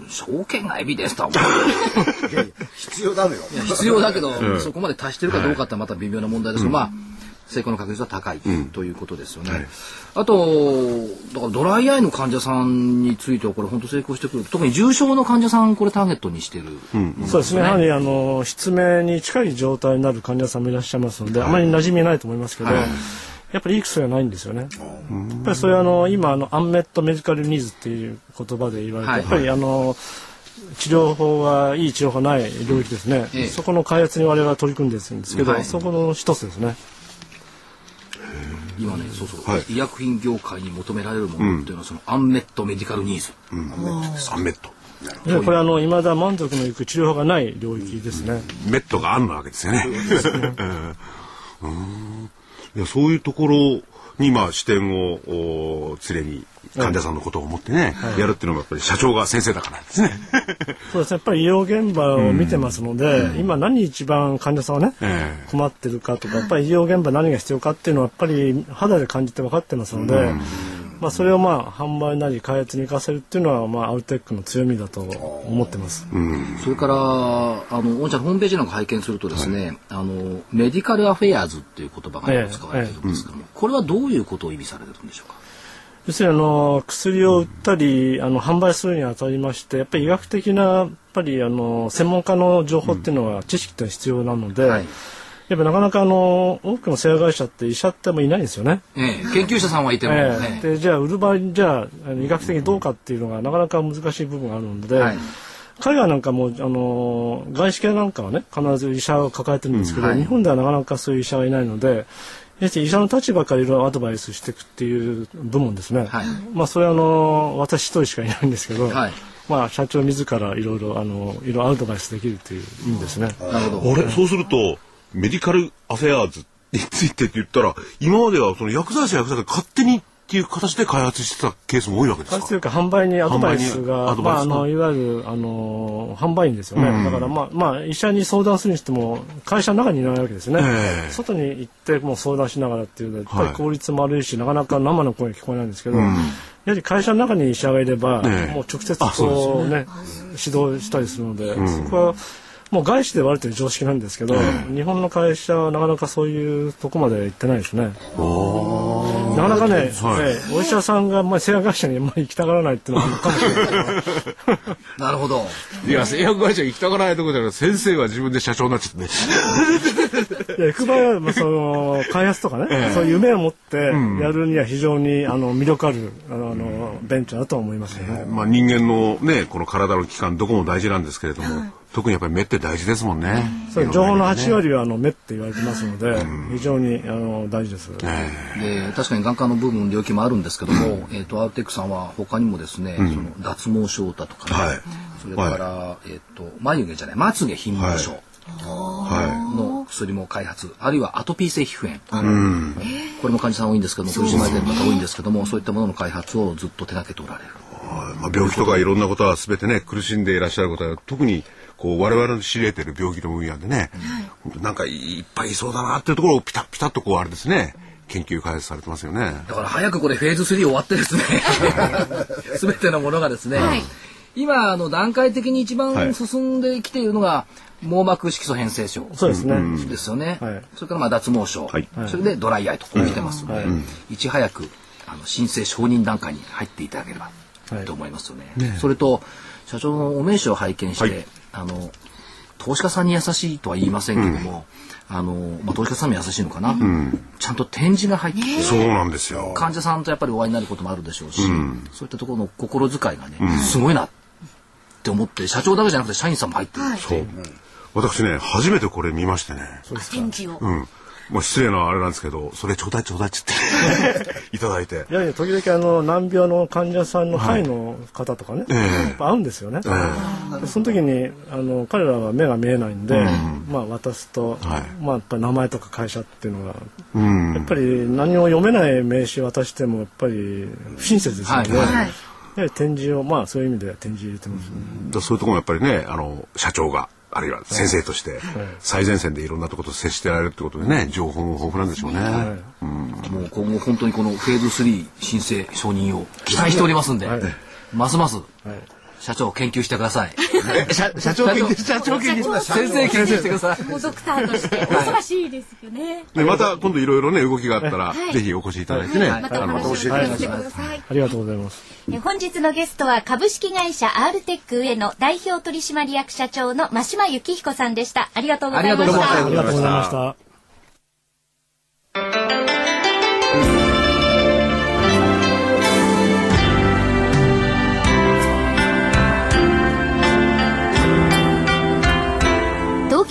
Speaker 1: 証券がエビデンスとは思う
Speaker 3: いやいや必要なのよ。
Speaker 1: 必要だけど、そこまで達してるかどうかってまた微妙な問題ですけど、まあ成功の確率は高いということですよね。あとだからドライアイの患者さんについてはこれ本当成功してくる特に重症の患者さんこれターゲットにしてる、
Speaker 5: そうですね。やはりあの失明に近い状態になる患者さんもいらっしゃいますので、あまり馴染みないと思いますけど、やっぱりいい薬はないんですよね。やっぱりそれはあの今あのアンメットメディカルニーズっていう言葉で言われて、
Speaker 1: はい
Speaker 5: やっぱりあの治療法はいい治療法ない領域ですね、
Speaker 1: ええ
Speaker 5: そこの開発に我々は取り組んでるんですけど、
Speaker 1: はい
Speaker 5: そこの一つですね。
Speaker 1: 今ねそうそう、
Speaker 4: はい
Speaker 1: 医薬品業界に求められるものっていうのはそのアンメットメディカルニーズ、
Speaker 4: サンメット。
Speaker 5: いやこれあの未だ満足のいく治療法がない領域ですね。
Speaker 4: メットがあんなわけですよね。うんいやそういうところにまあ視点をお連れに患者さんのことを思ってね、やるっていうのもやっぱり社長が先生だからですね。
Speaker 5: そうですね。やっぱり医療現場を見てますので、今何一番患者さんはね、
Speaker 4: ええ
Speaker 5: 困ってるかとか、やっぱり医療現場何が必要かっていうのはやっぱり肌で感じて分かってますので、まあそれをまあ販売なり開発に活かせるっていうのはまあアルテックの強みだと思ってます。
Speaker 1: それからあの御社のホームページなんか拝見するとですね、あのメディカルアフェアーズっていう言葉がよく使われてるんですけども、これはどういうことを意味されてるんでしょうか
Speaker 5: 要するにあの薬を売ったり、あの販売するにあたりましてやっぱり医学的なやっぱりあの専門家の情報っていうのは知識っていうのは必要なので、
Speaker 1: はい
Speaker 5: やっぱなかなかあの多くの製薬会社って医者ってもいないんですよね。
Speaker 1: ええ、研究者さんはいても
Speaker 5: え
Speaker 1: ね
Speaker 5: え、でじゃあ売る場合にじゃああの医学的にどうかっていうのがなかなか難しい部分があるので、
Speaker 1: はい
Speaker 5: 海外なんかもあの外資系なんかはね必ず医者を抱えてるんですけど、
Speaker 1: うんはい
Speaker 5: 日本ではなかなかそういう医者はいないので。要するに医者の立場からいろいろアドバイスしていくっていう部門ですね、
Speaker 1: はい
Speaker 5: まあそれはあの私一人しかいないんですけど、
Speaker 1: はい
Speaker 5: まあ社長自らいろいろあのいろいろアドバイスできるという意味ですね、
Speaker 1: なるほど
Speaker 4: あれそうするとメディカルアフェアーズについてって言ったら今まではその薬剤師は薬剤師が勝手にっていう形で開発してたケースも多いわけです
Speaker 5: 開発と
Speaker 4: か
Speaker 5: いうか販売にアドバイス
Speaker 4: 販売に
Speaker 5: が
Speaker 4: アド
Speaker 5: ま
Speaker 4: バイス
Speaker 5: あ、あのいわゆるあの販売員ですよね、だから、まあまあ、医者に相談するにしても会社の中にいないわけですね、
Speaker 4: ええ
Speaker 5: 外に行ってもう相談しながらっていうのはやっぱり
Speaker 4: はい
Speaker 5: 効率も悪いし、なかなか生の声が聞こえないんですけど、やはり会社の中に医者がいれば、
Speaker 4: ええ
Speaker 5: もう直接
Speaker 4: あそうです
Speaker 5: こう、ね、指導したりするので、そこはもう外資で割れてる常識なんですけど、日本の会社はなかなかそういうとこまで行ってないですね。なかなかね、ええお医者さんが、まあ、製薬会社にあんまり行きたがらないっていうのはあるかもしれない。
Speaker 1: なるほど。
Speaker 4: いや製薬会社行きたくないとこじゃなくて先生は自分で社長になっちゃってね
Speaker 5: い
Speaker 4: [LAUGHS]
Speaker 5: や行く場合は、まあ、その、開発とかね、そういう夢を持ってやるには非常に、あの、魅力ある、あの、あのベンチャーだとは思いますよね。
Speaker 4: まあ人間のねこの体の器官どこも大事なんですけれども、特にやっぱり目って大事ですもんね、
Speaker 5: そう情報の8割は、あの、目って言われてますので、非常に、あの、大事です。
Speaker 1: で確かに眼科の部分領域もあるんですけども、えー、とアーテックさんは他にもですね、その脱毛症だとか、ね
Speaker 4: はい
Speaker 1: それから、えー、と眉毛じゃないまつげ貧乳症
Speaker 4: は
Speaker 1: の薬も開発、あるいはアトピー性皮膚炎、これも患者さん多いんですけども苦しまれてる方多いんですけどもそういったものの開発をずっと手掛けておられる。
Speaker 4: いまあ、病気とかいろんなことは全てね苦しんでいらっしゃることは特にこう我々の知り得てる病気の分野でね、なんかいっぱいいそうだなっていうところをピタッピタッとこうあれですね研究開発されてますよね。
Speaker 1: だから早くこれフェーズ3終わってですね全てのものがですね、
Speaker 2: はい
Speaker 1: 今あの段階的に一
Speaker 4: は
Speaker 1: 番
Speaker 4: い
Speaker 1: 進んできているのが、網膜色素変性症
Speaker 5: そうですね。
Speaker 1: ですよね、
Speaker 5: はい
Speaker 1: それからまあ脱毛症、
Speaker 4: はい
Speaker 1: それでドライアイとこう来てますので、いち早くあの申請承認段階に入っていただければと思いますよね。それと社長のお名刺を拝見して、
Speaker 4: はい
Speaker 1: あの投資家さんに優しいとは言いませんけども、あのまあ、投資家さんも優しいのかな、ちゃんと展示が入ってて
Speaker 4: そうなんですよ。
Speaker 1: 患者さんとやっぱりお会いになることもあるでしょうし、そういったところの心遣いがね、すごいなって思って社長だけじゃなくて社員さんも入ってる、
Speaker 4: そう。私ね、初めてこれ見ましてね。
Speaker 2: 展示を。
Speaker 4: うん。まあ、失礼なあれなんですけど、それちょうだいちょうだいって言って、 [LAUGHS] いただいて
Speaker 5: い。やいや、時々あの、難病の患者さんの肺の方とかね、
Speaker 4: ええ
Speaker 5: やっぱ合うんですよね。でその時に、あの、彼らは目が見えないんで、まあ渡すと、
Speaker 4: はい
Speaker 5: まあやっぱり名前とか会社っていうのが、
Speaker 4: うん。
Speaker 5: やっぱり何も読めない名刺渡しても、やっぱり不親切ですよ
Speaker 1: はい
Speaker 5: ね。
Speaker 2: はい。
Speaker 5: やはり展示を、まあそういう意味では展示入れてますね。
Speaker 4: だそういうところもやっぱりね、あの、社長が、あるいは先生として、最前線でいろんなところと接してられるってことでね、情報も豊富なんでしょうね。
Speaker 1: もう今後本当にこのフェーズ3申請承認を期待しておりますんで、
Speaker 5: はい
Speaker 1: ますます社長研究してください。
Speaker 4: 社社長研究、社長研究。
Speaker 1: 先生研究してください。
Speaker 2: もうドクターとしてお忙しいですよね。
Speaker 4: で、また今度いろいろね、動きがあったら、ぜひお越しいただいてね、
Speaker 2: はいまた
Speaker 4: あ
Speaker 2: お話
Speaker 4: の
Speaker 2: を、聞いてください。
Speaker 5: ありがとうございます。
Speaker 2: え本日のゲストは株式会社 R テック上野代表取締役社長の真島幸彦さんでした。ありがとうござい
Speaker 1: あ
Speaker 2: ま
Speaker 1: りがとう
Speaker 2: し
Speaker 1: ございました
Speaker 2: た
Speaker 5: あ。りがとうございました。
Speaker 2: 東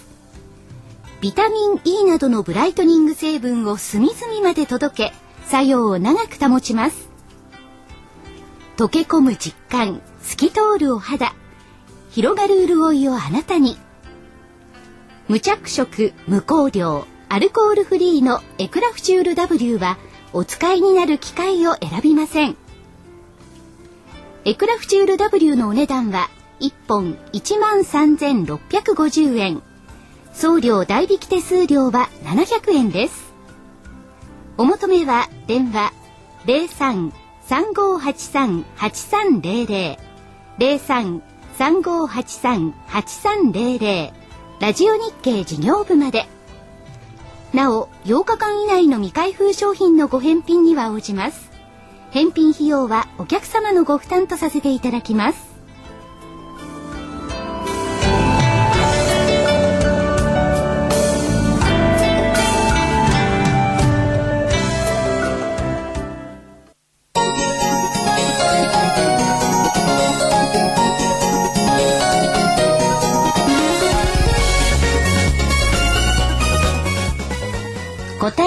Speaker 2: ビタミン E などのブライトニング成分を隅々まで届け作用を長く保ちます溶け込む実感透き通るお肌広がる潤いをあなたに無着色無香料アルコールフリーのエクラフチュール W はお使いになる機械を選びませんエクラフチュール W のお値段は1本13,650円送料代引き手数料は700円です。お求めは電話03-3583-8300 03-3583-8300ラジオ日経事業部まで。なお、8日間以内の未開封商品のご返品には応じます。返品費用はお客様のご負担とさせていただきます。
Speaker 6: 「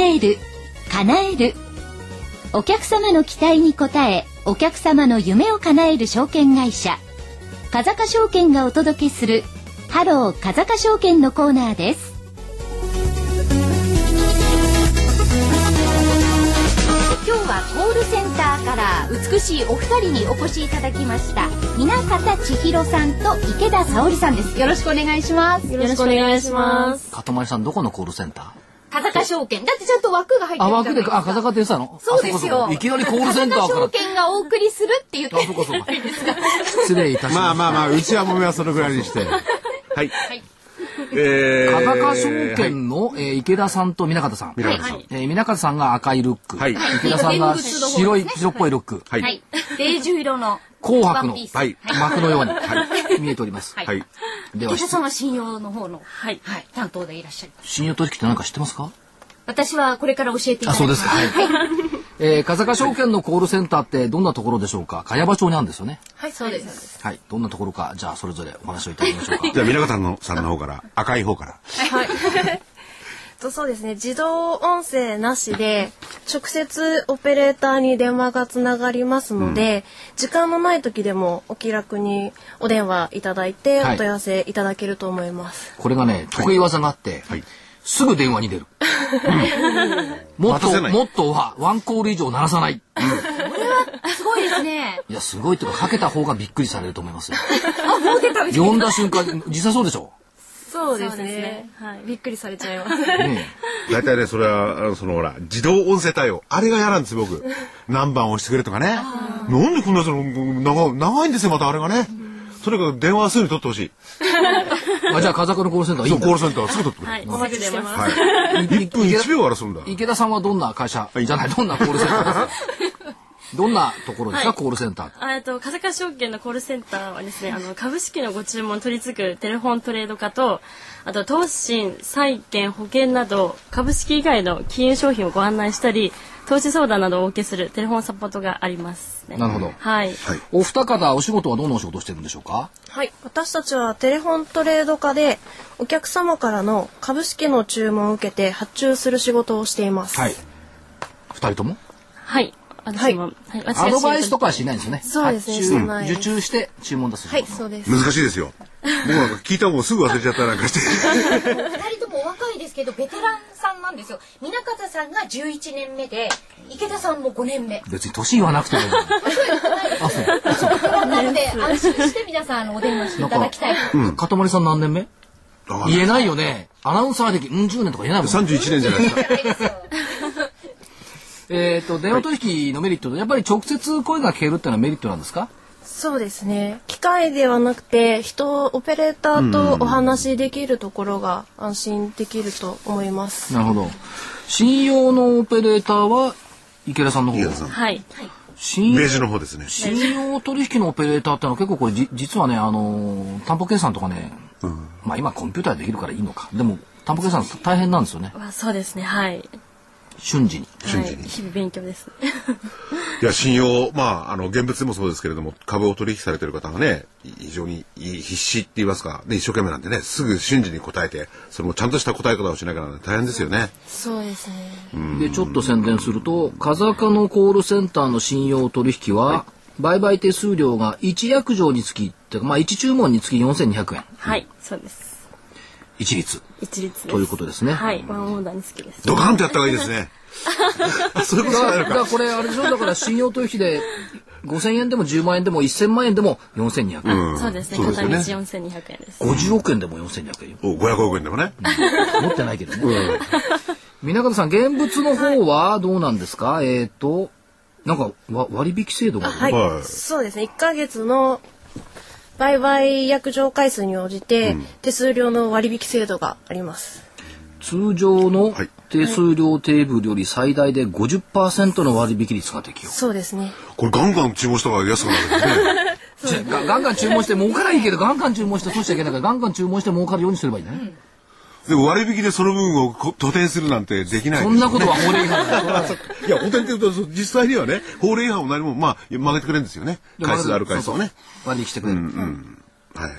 Speaker 2: える叶えるお客様の期待に応えお客様の夢を叶える証券会社風賀証券がお届けするハロー風賀証券のコーナーです今日はコールセンターから美しいお二人にお越しいただきました皆方千尋さんと池田沙織さんですよろしくお願いします
Speaker 6: よろしくお願いします。
Speaker 1: かとまりさんどこのコールセンター
Speaker 2: 風賀証券だってちゃんと枠が入って
Speaker 1: あ、
Speaker 2: る
Speaker 1: 枠
Speaker 2: じ
Speaker 1: で
Speaker 2: ゃないす
Speaker 1: か、あ、風
Speaker 2: か
Speaker 1: かって言ってたの
Speaker 2: そうですよ
Speaker 1: あかいきなりコールセンターか
Speaker 2: 証
Speaker 1: ら。
Speaker 2: 券がお送りするって言って
Speaker 1: あ、
Speaker 2: る
Speaker 1: そうかそうか。
Speaker 2: ですか
Speaker 1: 失礼いたし
Speaker 4: ま
Speaker 1: ま
Speaker 4: あまあまあ、うちはもめはそのぐらいにして。はい。
Speaker 1: し
Speaker 4: えー
Speaker 1: た。風賀証券の、えー池田さんと南方さん。
Speaker 4: 皆さん。
Speaker 1: えー南方さんが赤いルック。
Speaker 4: はい
Speaker 1: 池田さんが白い、白っぽいルック。
Speaker 4: はい。
Speaker 2: は
Speaker 4: はいい。
Speaker 2: ベージュ色の
Speaker 1: 紅白の
Speaker 2: ワンピース
Speaker 4: はい
Speaker 1: 幕のように、見えております。
Speaker 2: はい
Speaker 4: はい。
Speaker 1: では
Speaker 2: 池田、さんは信用の方の、はい担当でいらっしゃいます
Speaker 1: 信用取引って何か知ってますか
Speaker 2: 私はこれから教えていただきます
Speaker 1: あそうですか
Speaker 2: はい、
Speaker 1: えー、風賀証券のコールセンターってどんなところでしょうか茅場町にあるんですよね。
Speaker 2: はい、そうです
Speaker 1: はい。どんなところか、じゃあそれぞれお話をいただきましょうか。
Speaker 4: じゃあ、皆方のさんの方から、赤い方から。
Speaker 6: とそうですね。自動音声なしで直接オペレーターに電話がつながりますので、時間のない時でもお気楽にお電話いただいてお
Speaker 1: はい
Speaker 6: 問い合わせいただけると思います。
Speaker 1: これがね、得意技があって、
Speaker 4: はい
Speaker 1: すぐ電話に出る。もっ
Speaker 4: 待たせ
Speaker 1: と、
Speaker 4: ない
Speaker 1: もっとは、ワンコール以上鳴らさない。
Speaker 2: すごいですね
Speaker 1: いや、すごいっていうか、かけた方がびっくりされると思いますよ。呼んだ瞬間、実際そうでしょ
Speaker 6: そう
Speaker 7: そうですね。はい。
Speaker 6: びっくりされちゃいます。
Speaker 1: ね
Speaker 4: 大体ね、それは、あの、そのほら、自動音声対応。あれが嫌なんです、僕。何番押してくれとかね。なんでこんな、その、長い、長いんですよ、またあれがね。とにかく電話はすぐに取ってほしい。
Speaker 1: え。あじゃあ、風間のコールセンターいい
Speaker 4: そ
Speaker 1: ん
Speaker 4: う、
Speaker 1: だ
Speaker 4: コールセンターすぐ取ってくれ。
Speaker 7: お待ちしてます。
Speaker 4: はい。1分1秒争うんだ。
Speaker 1: 池田さんはどんな会社、
Speaker 4: い
Speaker 1: じゃない、どんなコールセンターですかどんなところですか、
Speaker 7: はい
Speaker 1: コールセンター。
Speaker 7: あえっと、風賀証券のコールセンターはですね、あの、株式のご注文を取り付くテレフォントレード化と、あと、投資信、債券、保険など、株式以外の金融商品をご案内したり、投資相談などをお受けするテレフォンサポートがありますね。
Speaker 1: なるほど
Speaker 7: はい。
Speaker 1: お二方、お仕事はどんなお仕事をしてるんでしょうか
Speaker 6: はい、私たちはテレフォントレード化でお客様からの株式の注文を受けて発注する仕事をしています。
Speaker 1: はい。二人とも
Speaker 7: はい。私も、はい。私が
Speaker 1: アドバイスとかはしないんですよね。
Speaker 6: そうですね
Speaker 1: 発
Speaker 6: してない
Speaker 1: 注受注して注文出す仕
Speaker 6: は
Speaker 1: 事。
Speaker 6: い、そうです。
Speaker 4: 難しいですよ。僕なんか聞いたもんすぐ忘れちゃったりなんかして。
Speaker 2: 二人ともお若いですけどベテランさんなんですよ南方さんが11年目で池田さんも5年目
Speaker 1: 別に年言わなくてもいい。あ、そう。
Speaker 2: なんで安心して皆さんあのお電話していただきたい
Speaker 1: かとまりさん何年目
Speaker 4: あ
Speaker 1: [LAUGHS]
Speaker 4: [LAUGHS]
Speaker 1: 言えないよね。アナウンサー歴、うん、10年とか言えないもん。
Speaker 4: 31年じゃない
Speaker 1: [LAUGHS]
Speaker 4: ですか。
Speaker 1: えっ、と、電話取引のメリットと、やっぱり直接声が聞けるっていうのはメリットなんですか
Speaker 6: そうですね。機械ではなくて人オペレーターとお話しできるところが安心できると思います。
Speaker 1: なるほど。信用のオペレーターは、池田さんの方
Speaker 4: 池田さん
Speaker 7: はい。
Speaker 1: 信
Speaker 4: ベ
Speaker 1: 用
Speaker 4: ージュの方ですね。
Speaker 1: 信用取引のオペレーターってのは結構これじ実はね、あのー担保計算とかね、まあ今コンピューターでできるからいいのか。でも、担保計算大変なんですよね。
Speaker 7: まあ、そうですね。はい。
Speaker 1: 瞬時に。
Speaker 7: はい、日々勉強です。
Speaker 4: いや、信用、まあ、あの、現物でもそうですけれども、株を取引されてる方がね、い非常にいい必死って言いますか、ね、一生懸命なんでね、すぐ瞬時に答えて、それもちゃんとした答え方をしながらなんで大変ですよね。
Speaker 6: そうですね。
Speaker 1: で、ちょっと宣伝すると、風カのコールセンターの信用取引は、売買手数料が1約定につき、ってかまあ1注文につき4200円。
Speaker 7: はい。そうです。
Speaker 1: 一律。
Speaker 7: 一律です。
Speaker 1: ということですね。
Speaker 7: はい。ワンオーダーに好きです。
Speaker 4: ドカンとやった方がいいですね。あそういうことにな
Speaker 1: だ
Speaker 4: る
Speaker 1: か
Speaker 4: か。
Speaker 1: らこれあれでしょだから信用取引で5000円でも10万円でも1000万円でも4200円、
Speaker 7: そうですね。
Speaker 4: そうです
Speaker 7: 片
Speaker 4: よ
Speaker 7: 道
Speaker 4: ね
Speaker 7: 4200円です。
Speaker 1: 50億円でも4200円よ
Speaker 4: お500億円でもね。
Speaker 1: 持ってないけどね、皆方さん現物の方はどうなんですか、えっ、となんかわ割引制度がある、
Speaker 6: はい。
Speaker 4: はい
Speaker 6: そうですね。1ヶ月の売買約定回数に応じて手数料の割引制度があります。
Speaker 1: 通常の
Speaker 4: はい
Speaker 1: 手数料テーブルより最大で50%の割引率が適用、
Speaker 6: そうですね。
Speaker 4: これガンガン注文した方が安くな
Speaker 1: [LAUGHS]
Speaker 4: るんですね。
Speaker 1: じゃあガガンガン注文して儲からいいけどガンガン注文してそうしちゃいけないからガンガン注文して儲かるようにすればいいね、
Speaker 4: でも割引でその分をこ補填するなんてできないです
Speaker 1: そ
Speaker 4: よ
Speaker 1: ん
Speaker 4: ね
Speaker 1: なことは法令違反だよ
Speaker 4: [LAUGHS] いや、補填って言うと、そう実際にはね、法令違反も何も、まあ、曲げてくれるんですよね。回数ある回数を
Speaker 1: そ
Speaker 4: ね。
Speaker 1: うそう割引してくれる、
Speaker 4: はい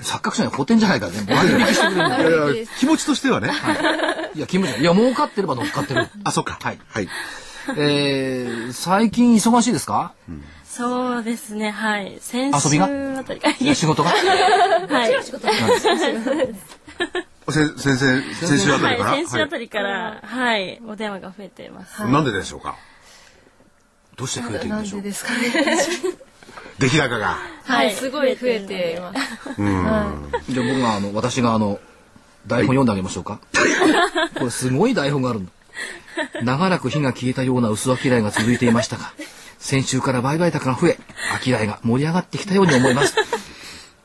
Speaker 1: 錯覚しない補填じゃないからね。もう [LAUGHS] 何でもいいしてくれるんだよ
Speaker 4: いや気持ちとしてはね。
Speaker 1: いや、キムちゃん。いや、儲かってれば乗っかって [LAUGHS] る。
Speaker 4: あ、そっか。
Speaker 1: はい
Speaker 4: はい。
Speaker 1: えー、最近忙しいですか
Speaker 7: そうですね、はい。先
Speaker 1: 遊び
Speaker 7: 週
Speaker 1: が
Speaker 7: あたりか。 [LAUGHS]
Speaker 1: いや、仕事 [LAUGHS] が。
Speaker 7: はい。
Speaker 4: せ先生、先週あたりかな。
Speaker 7: はい、先週あたりから、はい、お電話が増えています。
Speaker 4: はいなんででしょうか。どうして増えているんでしょう。ですかね。出来高が。
Speaker 7: はい、
Speaker 8: すごい増えています。
Speaker 1: じゃあ僕が、あの、私が、あの、台本読んであげましょう [LAUGHS] か。これすごい台本があるの。長らく火が消えたような薄商いが続いていましたが、先週から売買高が増え、商いが盛り上がってきたように思います。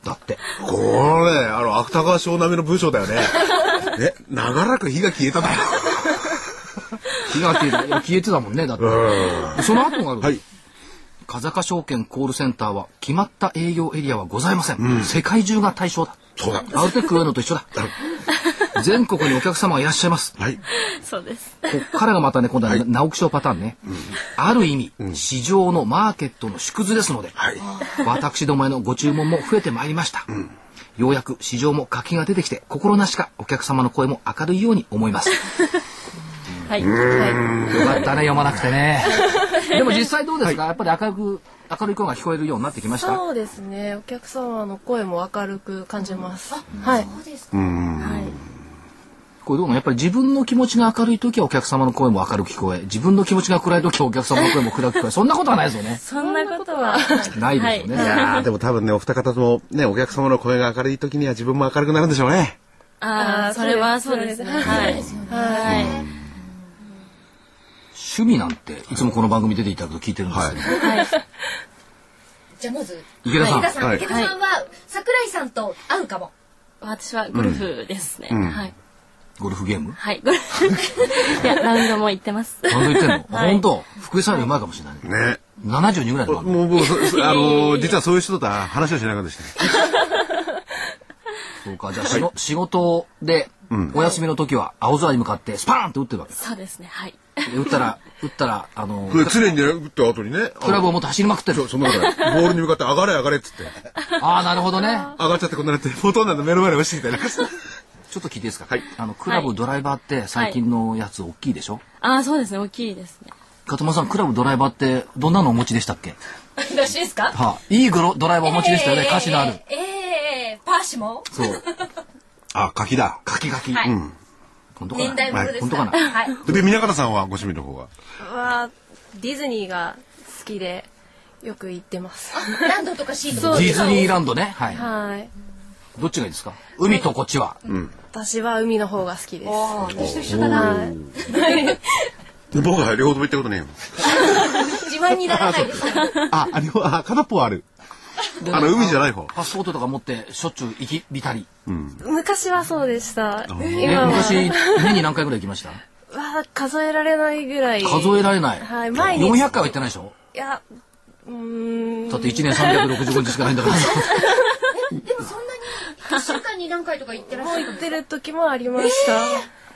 Speaker 1: だって。
Speaker 4: これ、あの、芥川賞並みの文章だよね。え、長らく火が消えただよ。
Speaker 1: 火が消えたいや消えてたもんね、だって。でその後がある。
Speaker 4: はい。
Speaker 1: 風賀証券コールセンターは決まった営業エリアはございません、世界中が対象だ
Speaker 4: そうだ。
Speaker 1: アルテック上野と一緒だ全国にお客様がいらっしゃいます
Speaker 4: はい。
Speaker 7: そうです。
Speaker 1: こっからがまたね今度は直木賞パターンね、ある意味、市場のマーケットの縮図ですので、
Speaker 4: [LAUGHS] はい。
Speaker 1: 私どもへのご注文も増えてまいりました、ようやく市場も活気が出てきて心なしかお客様の声も明るいように思いますよ
Speaker 7: はい。
Speaker 1: かったね読まなくてねでも実際どうですか、やっぱり明るく明るい声が聞こえるようになってきました
Speaker 8: そうですね。お客様の声も明るく感じます。はい。
Speaker 1: これどうもやっぱり自分の気持ちが明るい時はお客様の声も明るく聞こえ自分の気持ちが暗い時はお客様の声も暗く聞こえそんなことはないですよね
Speaker 7: そんなことは。
Speaker 1: ないですよね、
Speaker 4: いやーでも多分ね、お二方ともね、お客様の声が明るい時には自分も明るくなるんでしょうね。
Speaker 7: ああ、それはそうですね。はい。はい。
Speaker 1: 趣味なんていつもこの番組出ていただくと聞いてるんですけど、
Speaker 9: じゃあまず
Speaker 1: 池田さん、
Speaker 9: 池田さん、
Speaker 4: はい
Speaker 9: 池田さんは桜井さんと会うかも。
Speaker 7: 私はゴルフですね。はい。
Speaker 1: ゴルフゲーム
Speaker 7: はい、ゴルフ。いや、ラウンドも行ってます。
Speaker 1: ちゃんと言ってんの、
Speaker 7: はい
Speaker 1: 本当福井さんよりうまいかもしれない、
Speaker 4: ね。
Speaker 1: 72ぐらいの番組
Speaker 4: もう、もう、そそあのー、実はそういう人とは話をしなかったですね。
Speaker 1: そうかじゃあ、しご仕事でお休みの時は青空に向かってスパーンって打ってるわけ
Speaker 7: そうですね、はい。
Speaker 1: で打ったら打ったらあの
Speaker 4: これ常にね、打った後にね、あの
Speaker 1: クラブを持って走りまくって
Speaker 4: そ
Speaker 1: る
Speaker 4: うそんなことない。ボールに向かって上がれ上がれっつって。
Speaker 1: ああなるほどね
Speaker 4: 上がっちゃってこんなになって、ほとんどの目の前に落ちてきたりなんかして
Speaker 1: ちょっと聞いていいですか、
Speaker 4: はい
Speaker 1: あのクラブドライバーって最近のやつ大きいでしょ、
Speaker 7: ああ、そうですね、大きいですね。
Speaker 1: 勝間さんクラブドライバーってどんなのお持ちでしたっけ、
Speaker 9: 私ですか
Speaker 1: はいいゴロドライバーお持ちでしたよね、歌詞のある、。
Speaker 9: えーえーえーパーシモン
Speaker 1: そう
Speaker 4: あ、柿だ。
Speaker 1: ガキガキ、
Speaker 9: はい
Speaker 1: うん本当かな
Speaker 9: 年代物です
Speaker 1: 本当
Speaker 9: か。
Speaker 1: からな
Speaker 9: はい。
Speaker 4: で、南方さんはご趣味の方は
Speaker 8: はディズニーが好きでよく行って
Speaker 6: [LAUGHS]
Speaker 8: ます。
Speaker 9: あランドとかシートと
Speaker 1: デ
Speaker 9: か。
Speaker 1: ィズニーランドねはい、
Speaker 8: はい。
Speaker 1: どっちがいいですか海とこっちは、
Speaker 8: 私は海の方が好きです。
Speaker 9: あー私と一緒だな。
Speaker 4: 僕は両方とも行ったことねえよ。
Speaker 9: 自慢にならないです。
Speaker 4: あ、あ、両あ、片っぽはある。
Speaker 1: で
Speaker 4: あの、海じゃない方。
Speaker 1: パスポートとか持ってしょっちゅう行きびたり、
Speaker 6: 昔はそうでした。
Speaker 1: え
Speaker 6: 今は、
Speaker 1: 昔年に何回ぐらい行きました
Speaker 6: わあ数えられないぐらい。
Speaker 1: 数えられない、
Speaker 6: はい毎日
Speaker 1: 400回は行ってないでしょ
Speaker 6: いや、うーん。
Speaker 1: だって1年365日しかないんだから
Speaker 9: でもそんなに、一週間に何回とか行ってらっしゃる
Speaker 6: 行ってる時もありました。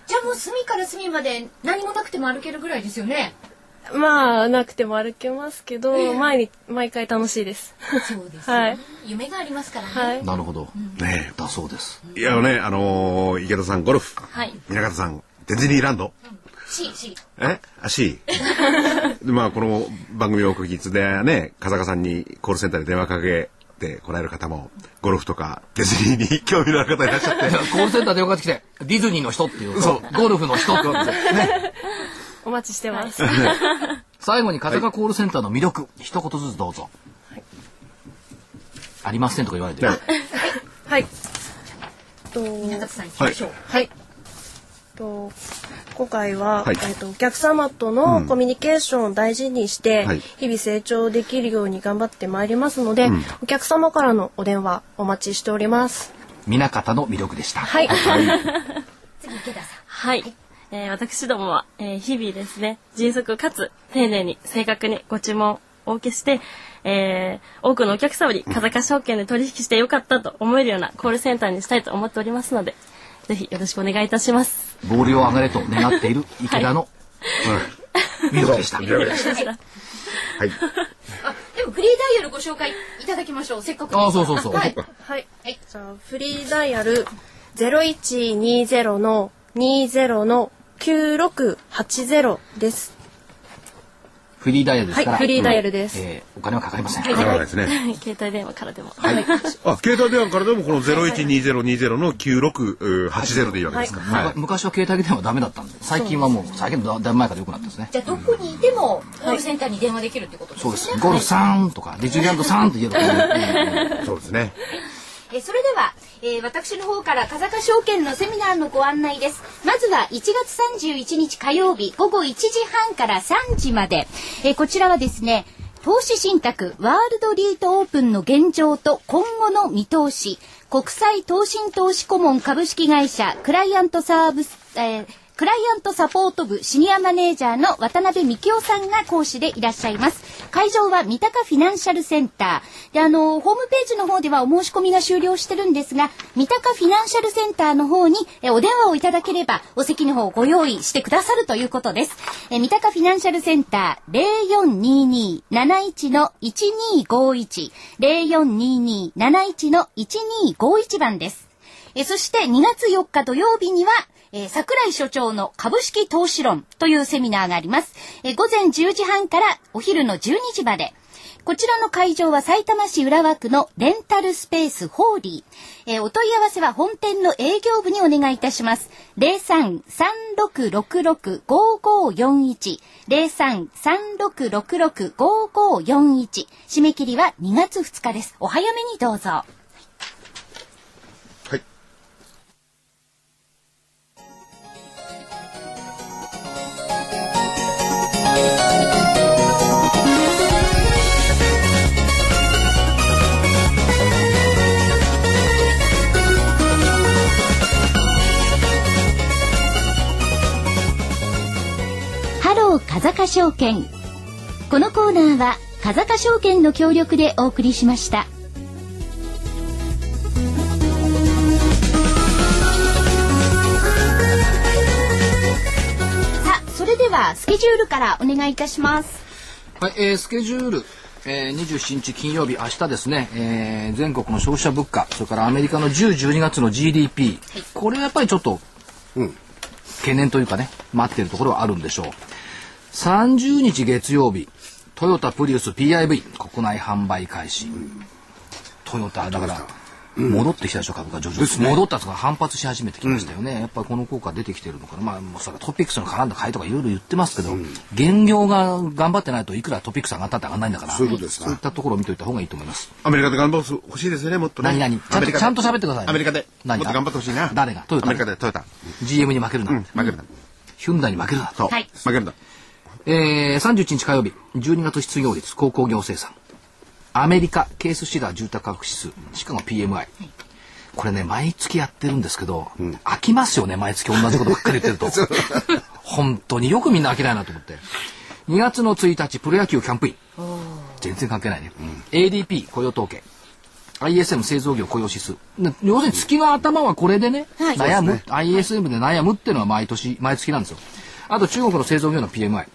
Speaker 9: じゃあもう隅から隅まで何もなくても歩けるぐらいですよね。
Speaker 6: まあなくても歩けますけど、毎日毎回楽しいです。
Speaker 9: そうですよね
Speaker 6: はい
Speaker 9: 夢がありますからね。
Speaker 6: は
Speaker 1: [LAUGHS]
Speaker 6: い。
Speaker 1: なるほど
Speaker 4: ね
Speaker 1: だそうです
Speaker 4: え。いやね、あのー、池田さんゴルフ。
Speaker 7: はい。
Speaker 4: 南方さん、ディズニーランド。
Speaker 9: し、し、
Speaker 4: えあ、C。で、
Speaker 9: [LAUGHS]
Speaker 4: まあ、この番組をお聞きつでね、風賀さんにコールセンターで電話かけてこられる方も、ゴルフとかディズニーに興味のある方いらっしゃって。
Speaker 1: コールセンターでよかってきてディズニーの人っていう
Speaker 4: そう
Speaker 1: ゴルフの人って
Speaker 6: お待ちしてます。
Speaker 1: 最後に片岡コールセンターの魅力、一言ずつどうぞ、ありませんとか言われて、
Speaker 4: はい
Speaker 6: はい。と
Speaker 9: 中津さん行きましょう。
Speaker 6: はい。と今回は、
Speaker 4: はい
Speaker 6: えっとお客様とのコミュニケーションを大事にして、
Speaker 4: はい
Speaker 6: 日々成長できるように頑張ってまいりますので、お客様からのお電話お待ちしております。
Speaker 1: 南方の魅力でした、
Speaker 6: はい。
Speaker 9: 次、池田さん。
Speaker 7: はい。えー私どもは、えー日々ですね、迅速かつ丁寧に正確にご注文をお受けして、えー多くのお客様に風賀証券で取引してよかったと思えるようなコールセンターにしたいと思っておりますので、ぜひよろしくお願いいたします。 [LAUGHS]
Speaker 1: ボールを上がれと願っている池田の、魅力でした
Speaker 4: はい。
Speaker 9: あでも
Speaker 2: フリーダイヤルご紹介いただきましょう。せっかくです
Speaker 1: あそうそうそう
Speaker 2: はい。
Speaker 6: はい。じゃあ、フリーダイヤル0120の20の9680です。
Speaker 1: フリーダイヤルですから、
Speaker 6: はいフリーダイヤルです
Speaker 1: えーお金はかかりません。
Speaker 4: わからないですね。
Speaker 7: 携帯電話からでも。
Speaker 4: あ、携帯電話からでもこの012020の9680でいいわけですか。
Speaker 1: む
Speaker 4: は
Speaker 1: か昔は携帯電話はダメだったんで最近はもう最近のだだいぶ前から良くなってですね
Speaker 2: じゃあ、どこにいても、コールセンターに電話できるってことです
Speaker 1: そう
Speaker 2: ね。
Speaker 1: ですゴルフさんとかディズニーランドさんと言えばこう
Speaker 4: い。そうですね。
Speaker 2: えーそれでは、えー私の方から風賀証券のセミナーのご案内ですまずは1月31日火曜日午後1時半から3時まで、えーこちらはですね投資信託ワールドリートオープンの現状と今後の見通し国際投信投資顧問株式会社クライアントサービス、えークライアントサポート部シニアマネージャーの渡辺幹夫さんが講師でいらっしゃいます。会場は三鷹フィナンシャルセンター。で、あの、ホームページの方ではお申し込みが終了してるんですが、三鷹フィナンシャルセンターの方にえお電話をいただければ、お席の方をご用意してくださるということです。え三鷹フィナンシャルセンター0422-71-1251、0422-71-1251番です。えーそして2月4日土曜日には、えー桜井所長の株式投資論というセミナーがあります。えー午前10時半からお昼の12時まで。こちらの会場は埼玉市浦和区のレンタルスペースホーリー。えーお問い合わせは本店の営業部にお願いいたします。03-3666-5541。03-3666-5541。締め切りは2月2日です。お早めにどうぞ。ハロー風賀証券。このコーナーは風賀証券の協力でお送りしました。さあ、それではスケジュールからお願いいたします。
Speaker 1: [LAUGHS] はい、えースケジュール、えー、27日金曜日、明日ですね、えー全国の消費者物価、それからアメリカの10、12月の GDP、これやっぱりちょっと、懸念というかね、待ってるところはあるんでしょう。30日月曜日、トヨタプリウス PIV、国内販売開始。トヨタ、だから、戻ってきたでしょ、株価、徐々に。戻ったとか反発し始めてきましたよね。やっぱりこの効果出てきてるのかな。まあ、もうそれはトピックスの絡んだ買いとかいろいろ言ってますけど、現業が頑張ってないといくらトピックス上がったって上がらないんだから、
Speaker 3: そういうことですか
Speaker 1: そういったところを見といた方がいいと思います。
Speaker 4: アメリカで頑張ってほしいですよね、もっとね。
Speaker 1: 何々ちゃ
Speaker 4: ア
Speaker 1: ん
Speaker 4: メリ
Speaker 1: と
Speaker 4: カで
Speaker 1: ちゃんと喋ってくださいね。
Speaker 4: アメリカで。もっ
Speaker 1: 何
Speaker 4: と
Speaker 1: が
Speaker 4: 頑張ってほしいな。
Speaker 1: 誰がトヨタ
Speaker 4: アメリカで、トヨタ。
Speaker 1: GM に負けるな。
Speaker 4: うん、負けるな。
Speaker 1: ヒュンダイに負けるな。
Speaker 4: そう。
Speaker 2: はい
Speaker 4: 負けるな。
Speaker 1: えー、31日火曜日、12月失業率、鉱工業生産。アメリカ、ケースシダー住宅価格指数、シカゴ PMI。これね、毎月やってるんですけど、飽きますよね、毎月同じことばっかり言って [LAUGHS] ると。本当によくみんな飽きないなと思って。2月の1日、プロ野球キャンプイン。全然関係ないね。ADP 雇用統計。ISM 製造業雇用指数。な要するに月の頭はこれでね、悩む、ISM で悩むっていうのは毎年、毎月なんですよ。あと中国の製造業の PMI。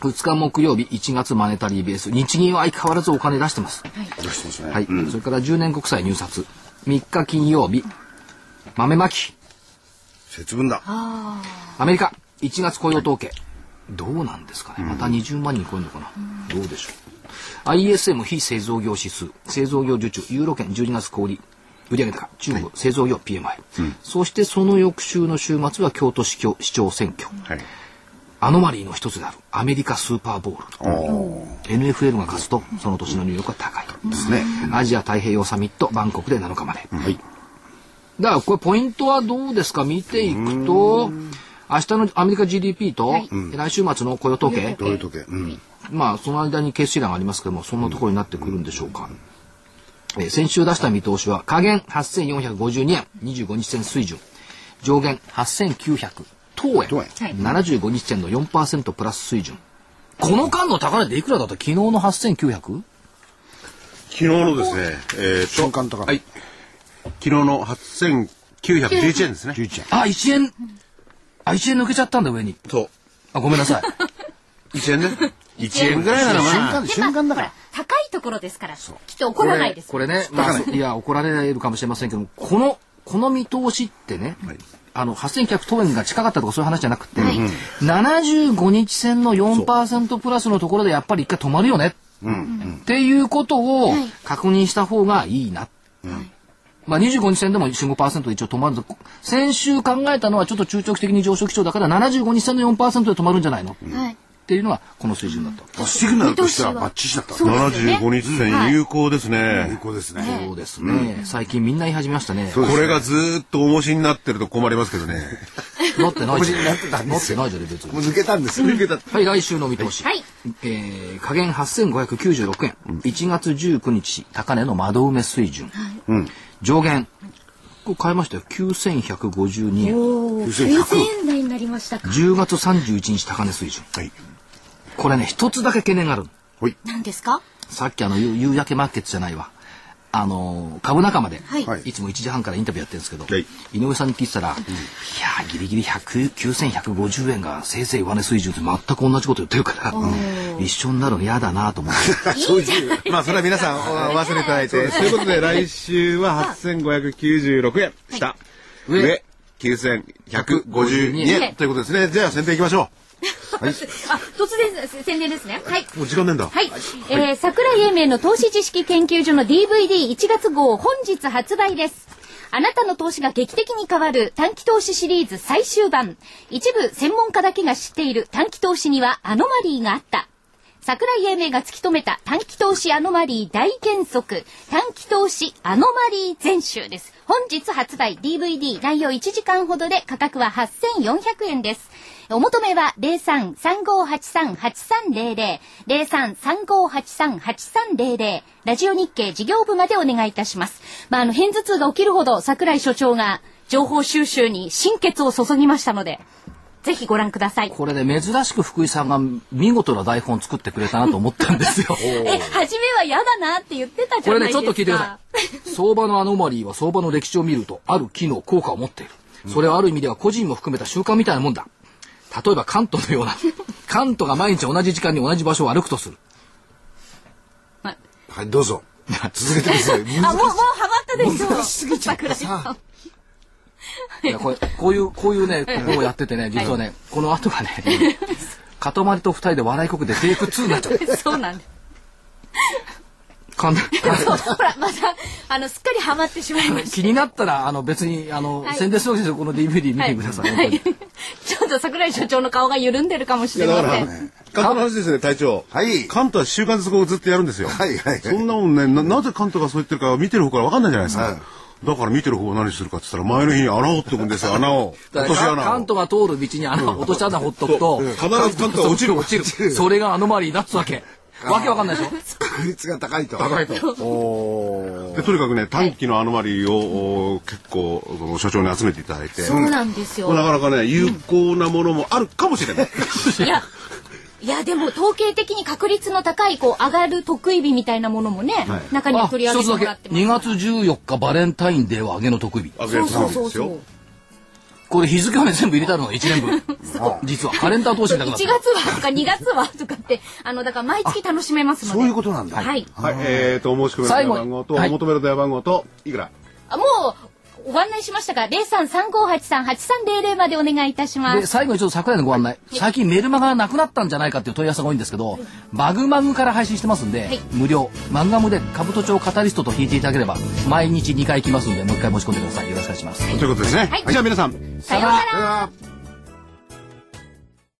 Speaker 1: 2日木曜日1月マネタリーベース日銀は相変わらずお金出してます、はいそれから10年国債入札3日金曜日豆まき
Speaker 3: 節分だ。
Speaker 1: アメリカ1月雇用統計どうなんですかねまた20万人超えるのかな、どうでしょう ISM 非製造業指数製造業受注ユーロ圏12月小売売上高中国製造業 PMI、そしてその翌週の週末は京都市長市長選挙、
Speaker 4: はい。
Speaker 1: アノマリーの一つであるアメリカスーパーボール NFL が勝つとその年のニューヨークは高い、
Speaker 3: ですね。
Speaker 1: アジア太平洋サミットバンコクで7日まで、だからこれポイントはどうですか見ていくと明日のアメリカ GDP と、来週末の雇用統計、
Speaker 3: どういう時計。うん。
Speaker 1: まあその間に決死がありますけどもそんなところになってくるんでしょうか、えー先週出した見通しは下限8452円25日線水準上限8900等円
Speaker 3: 等円
Speaker 1: 75日線の4%プラス水準この間の高値でいくらだった昨日の 8900?
Speaker 4: 昨日のですね、えー、
Speaker 3: 瞬間とか
Speaker 4: はい。昨日の8911円ですね。
Speaker 3: 11円。
Speaker 1: あ1円あ1円抜けちゃったんだ上に
Speaker 4: そ
Speaker 1: あごめんなさい [LAUGHS]
Speaker 4: う。1円ね。1円ぐらいならまあ。
Speaker 3: 瞬間だから。
Speaker 2: 高いと
Speaker 9: ところですから、きっと怒らないです。
Speaker 1: これね、まあ、いや、怒られるかもしれませんけども、この、この見通しってね、あの、8900等円が近かったとかそういう話じゃなくて、75日線の4%プラスのところでやっぱり一回止まるよね、っていうことを確認した方がいいな。まあ、25日線でも15%一応止まるぞ。先週考えたのはちょっと中長期的に上昇基調だから75日線の4%で止まるんじゃないの、っていうのがこの水準だった。
Speaker 3: シグナルとしてはバッチリだった。
Speaker 9: そうですよね。
Speaker 4: 75日線有効です
Speaker 3: 有
Speaker 4: ね。
Speaker 3: 効ですね。
Speaker 1: そうですね、最近みんな言い始めましたね。
Speaker 4: これがずーっと重しになってると困りますけどね。
Speaker 1: なってないじゃん。
Speaker 3: 腰になってたん
Speaker 1: な
Speaker 3: で
Speaker 1: っ
Speaker 3: す
Speaker 1: て
Speaker 3: よ
Speaker 1: ないじゃん、別に。
Speaker 3: もう抜けたんですよ。抜けた。
Speaker 1: はい、来週の見通し。
Speaker 9: はい
Speaker 1: えー、加減8596円。1月19日、高値の窓埋め水準。うん上限。これ変えましたよ。9152円。
Speaker 9: おお、9000円台になりましたか。
Speaker 1: 10月31日、高値水準。
Speaker 4: はい。
Speaker 1: これね、一つだけ懸念があるの。
Speaker 9: 何ですか
Speaker 1: さっきあの、夕夕焼けマーケットじゃないわ。あのー株仲間で、
Speaker 9: はいい、
Speaker 1: つも1時半からインタビューやってるんですけど、
Speaker 4: はい
Speaker 1: 井上さんに聞いてたら、いやーギリギリ100 9150円がせいぜい上値水準と全く同じこと言ってるから、一緒になるの嫌だなと思って。
Speaker 4: まあそれは皆さんおお忘れいただいて。ということで来週は8596円下。上9152円ということですね。じゃあ先手いきましょ
Speaker 9: あ、突然す宣伝ですね。はい。
Speaker 4: う。もう時間ねえんだ。
Speaker 9: はい。えー、桜井英明の投資知識研究所の DVD1 月号本日発売です。あなたの投資が劇的に変わる短期投資シリーズ最終版。一部専門家だけが知っている短期投資にはアノマリーがあった。桜井英明が突き止めた短期投資アノマリー大原則短期投資アノマリー全集です本日発売 DVD 内容1時間ほどで価格は8400円ですお求めは0335838300 0335838300ラジオ日経事業部までお願いいたしますまああの片頭痛が起きるほど桜井所長が情報収集に心血を注ぎましたのでぜひご覧ください
Speaker 1: これね、珍しく福井さんが見事な台本作ってくれたなと思ったんですよ。
Speaker 9: え、初めは嫌だなって言ってたじ
Speaker 1: こ
Speaker 9: ゃ
Speaker 1: れ
Speaker 9: ない
Speaker 1: ね、ち
Speaker 9: ですか。
Speaker 1: ょっと聞いてください。相場のアノマリーは相場の歴史を見ると、ある機能、効果を持っている。それはある意味では個人も含めた習慣みたいなもんだ。例えば関東のよう [LAUGHS] な、関東が毎日同じ時間に同じ場所を歩くとする。
Speaker 3: はい、どうぞ。続けてくだ
Speaker 1: [LAUGHS]
Speaker 3: さい。
Speaker 9: あ、もう、もうハマったでしょ。桜井さん。
Speaker 1: いやこれこういう、こういうね、ことをやっててね、実はね、この後がね、塊と二人で笑いこくでテイク2になっちゃ [LAUGHS] う。
Speaker 9: [LAUGHS] そうなんです。
Speaker 1: かんかん [LAUGHS]
Speaker 9: ほら、また、あの、すっかりハマってしまいまし
Speaker 1: 気になったら、あの、別に、あの、宣伝するわけですよ、この DVD 見てください。本
Speaker 9: た。
Speaker 1: 当
Speaker 9: は
Speaker 1: に
Speaker 9: い。ちょっと桜井所長の顔が緩んでるかもし
Speaker 4: いや
Speaker 9: れ
Speaker 4: だ
Speaker 9: ま
Speaker 4: か
Speaker 9: せ
Speaker 4: ら、
Speaker 9: ん。
Speaker 4: 関東の話ですね、隊長。
Speaker 3: はい
Speaker 4: 関東は週刊ずつこうずっとやるんですよ。
Speaker 3: はいはいはい
Speaker 4: そんなもんね、ななぜ関東がそう言ってるか見てる方から分かんないじゃないですか。
Speaker 3: はい
Speaker 4: だから見てる方は何するかって言ったら、前の日に穴を掘ってくんですよ、穴を。
Speaker 1: [LAUGHS] だ
Speaker 4: 落
Speaker 1: か
Speaker 4: とし穴
Speaker 1: ら
Speaker 4: を。
Speaker 1: 関東が通る道に穴を落とし穴を掘っとくと、
Speaker 4: うん必ず関東は落ちる
Speaker 1: 落ちる。それがアノマリーだっつわけ。わけわかんないでしょ
Speaker 3: 確率が高いと。
Speaker 1: 高いと。
Speaker 3: [LAUGHS] おー
Speaker 4: でとにかくね短期のアノマリーを、お結構その所長に集めていただいて
Speaker 9: そうなんですよ。
Speaker 4: なかなかね有効なものもあるかもしれ
Speaker 9: [LAUGHS]
Speaker 4: ない、
Speaker 9: いや、いや、でも統計的に確率の高い、こう、上がる得意日みたいなものもね、中には
Speaker 1: あ、
Speaker 9: 取り上
Speaker 1: 一
Speaker 9: げ
Speaker 1: つ
Speaker 9: て
Speaker 1: だ
Speaker 9: も
Speaker 1: け
Speaker 9: らって。ます。
Speaker 1: 2月14日バレンタインデーは上げの得意日。
Speaker 4: あげ
Speaker 9: そ
Speaker 4: る
Speaker 9: うそう
Speaker 4: と
Speaker 9: そ
Speaker 4: で
Speaker 9: う
Speaker 4: す
Speaker 9: そう
Speaker 4: よ。
Speaker 1: これ日付をね、全部入れたのが1年分。実はカレンダー通し
Speaker 9: 1
Speaker 1: になくなっ
Speaker 9: 月
Speaker 1: た。
Speaker 9: はとか2月はとかって、あの、だから毎月楽しめますので。
Speaker 3: そういうことなんだ。
Speaker 9: はい。
Speaker 4: はいえー、とお申し込みの電話番号と、
Speaker 1: 最後にはい
Speaker 4: お求めの電話番号といくら
Speaker 9: あもう、ご案内しましたが、0335838300までお願いいたしま。
Speaker 1: です最後にちょっと桜井のご案内、最近メルマガがなくなったんじゃないかっていう問い合わせが多いんですけど、マグマグから配信してますんで、
Speaker 9: い
Speaker 1: 無料マグマグで株都庁カタリストと引いていただければ毎日2回来ますんでもう1回申し込んでくださいよろしくお願いします、
Speaker 4: ということですね、じゃあ皆さん
Speaker 9: さようなら。
Speaker 3: うわー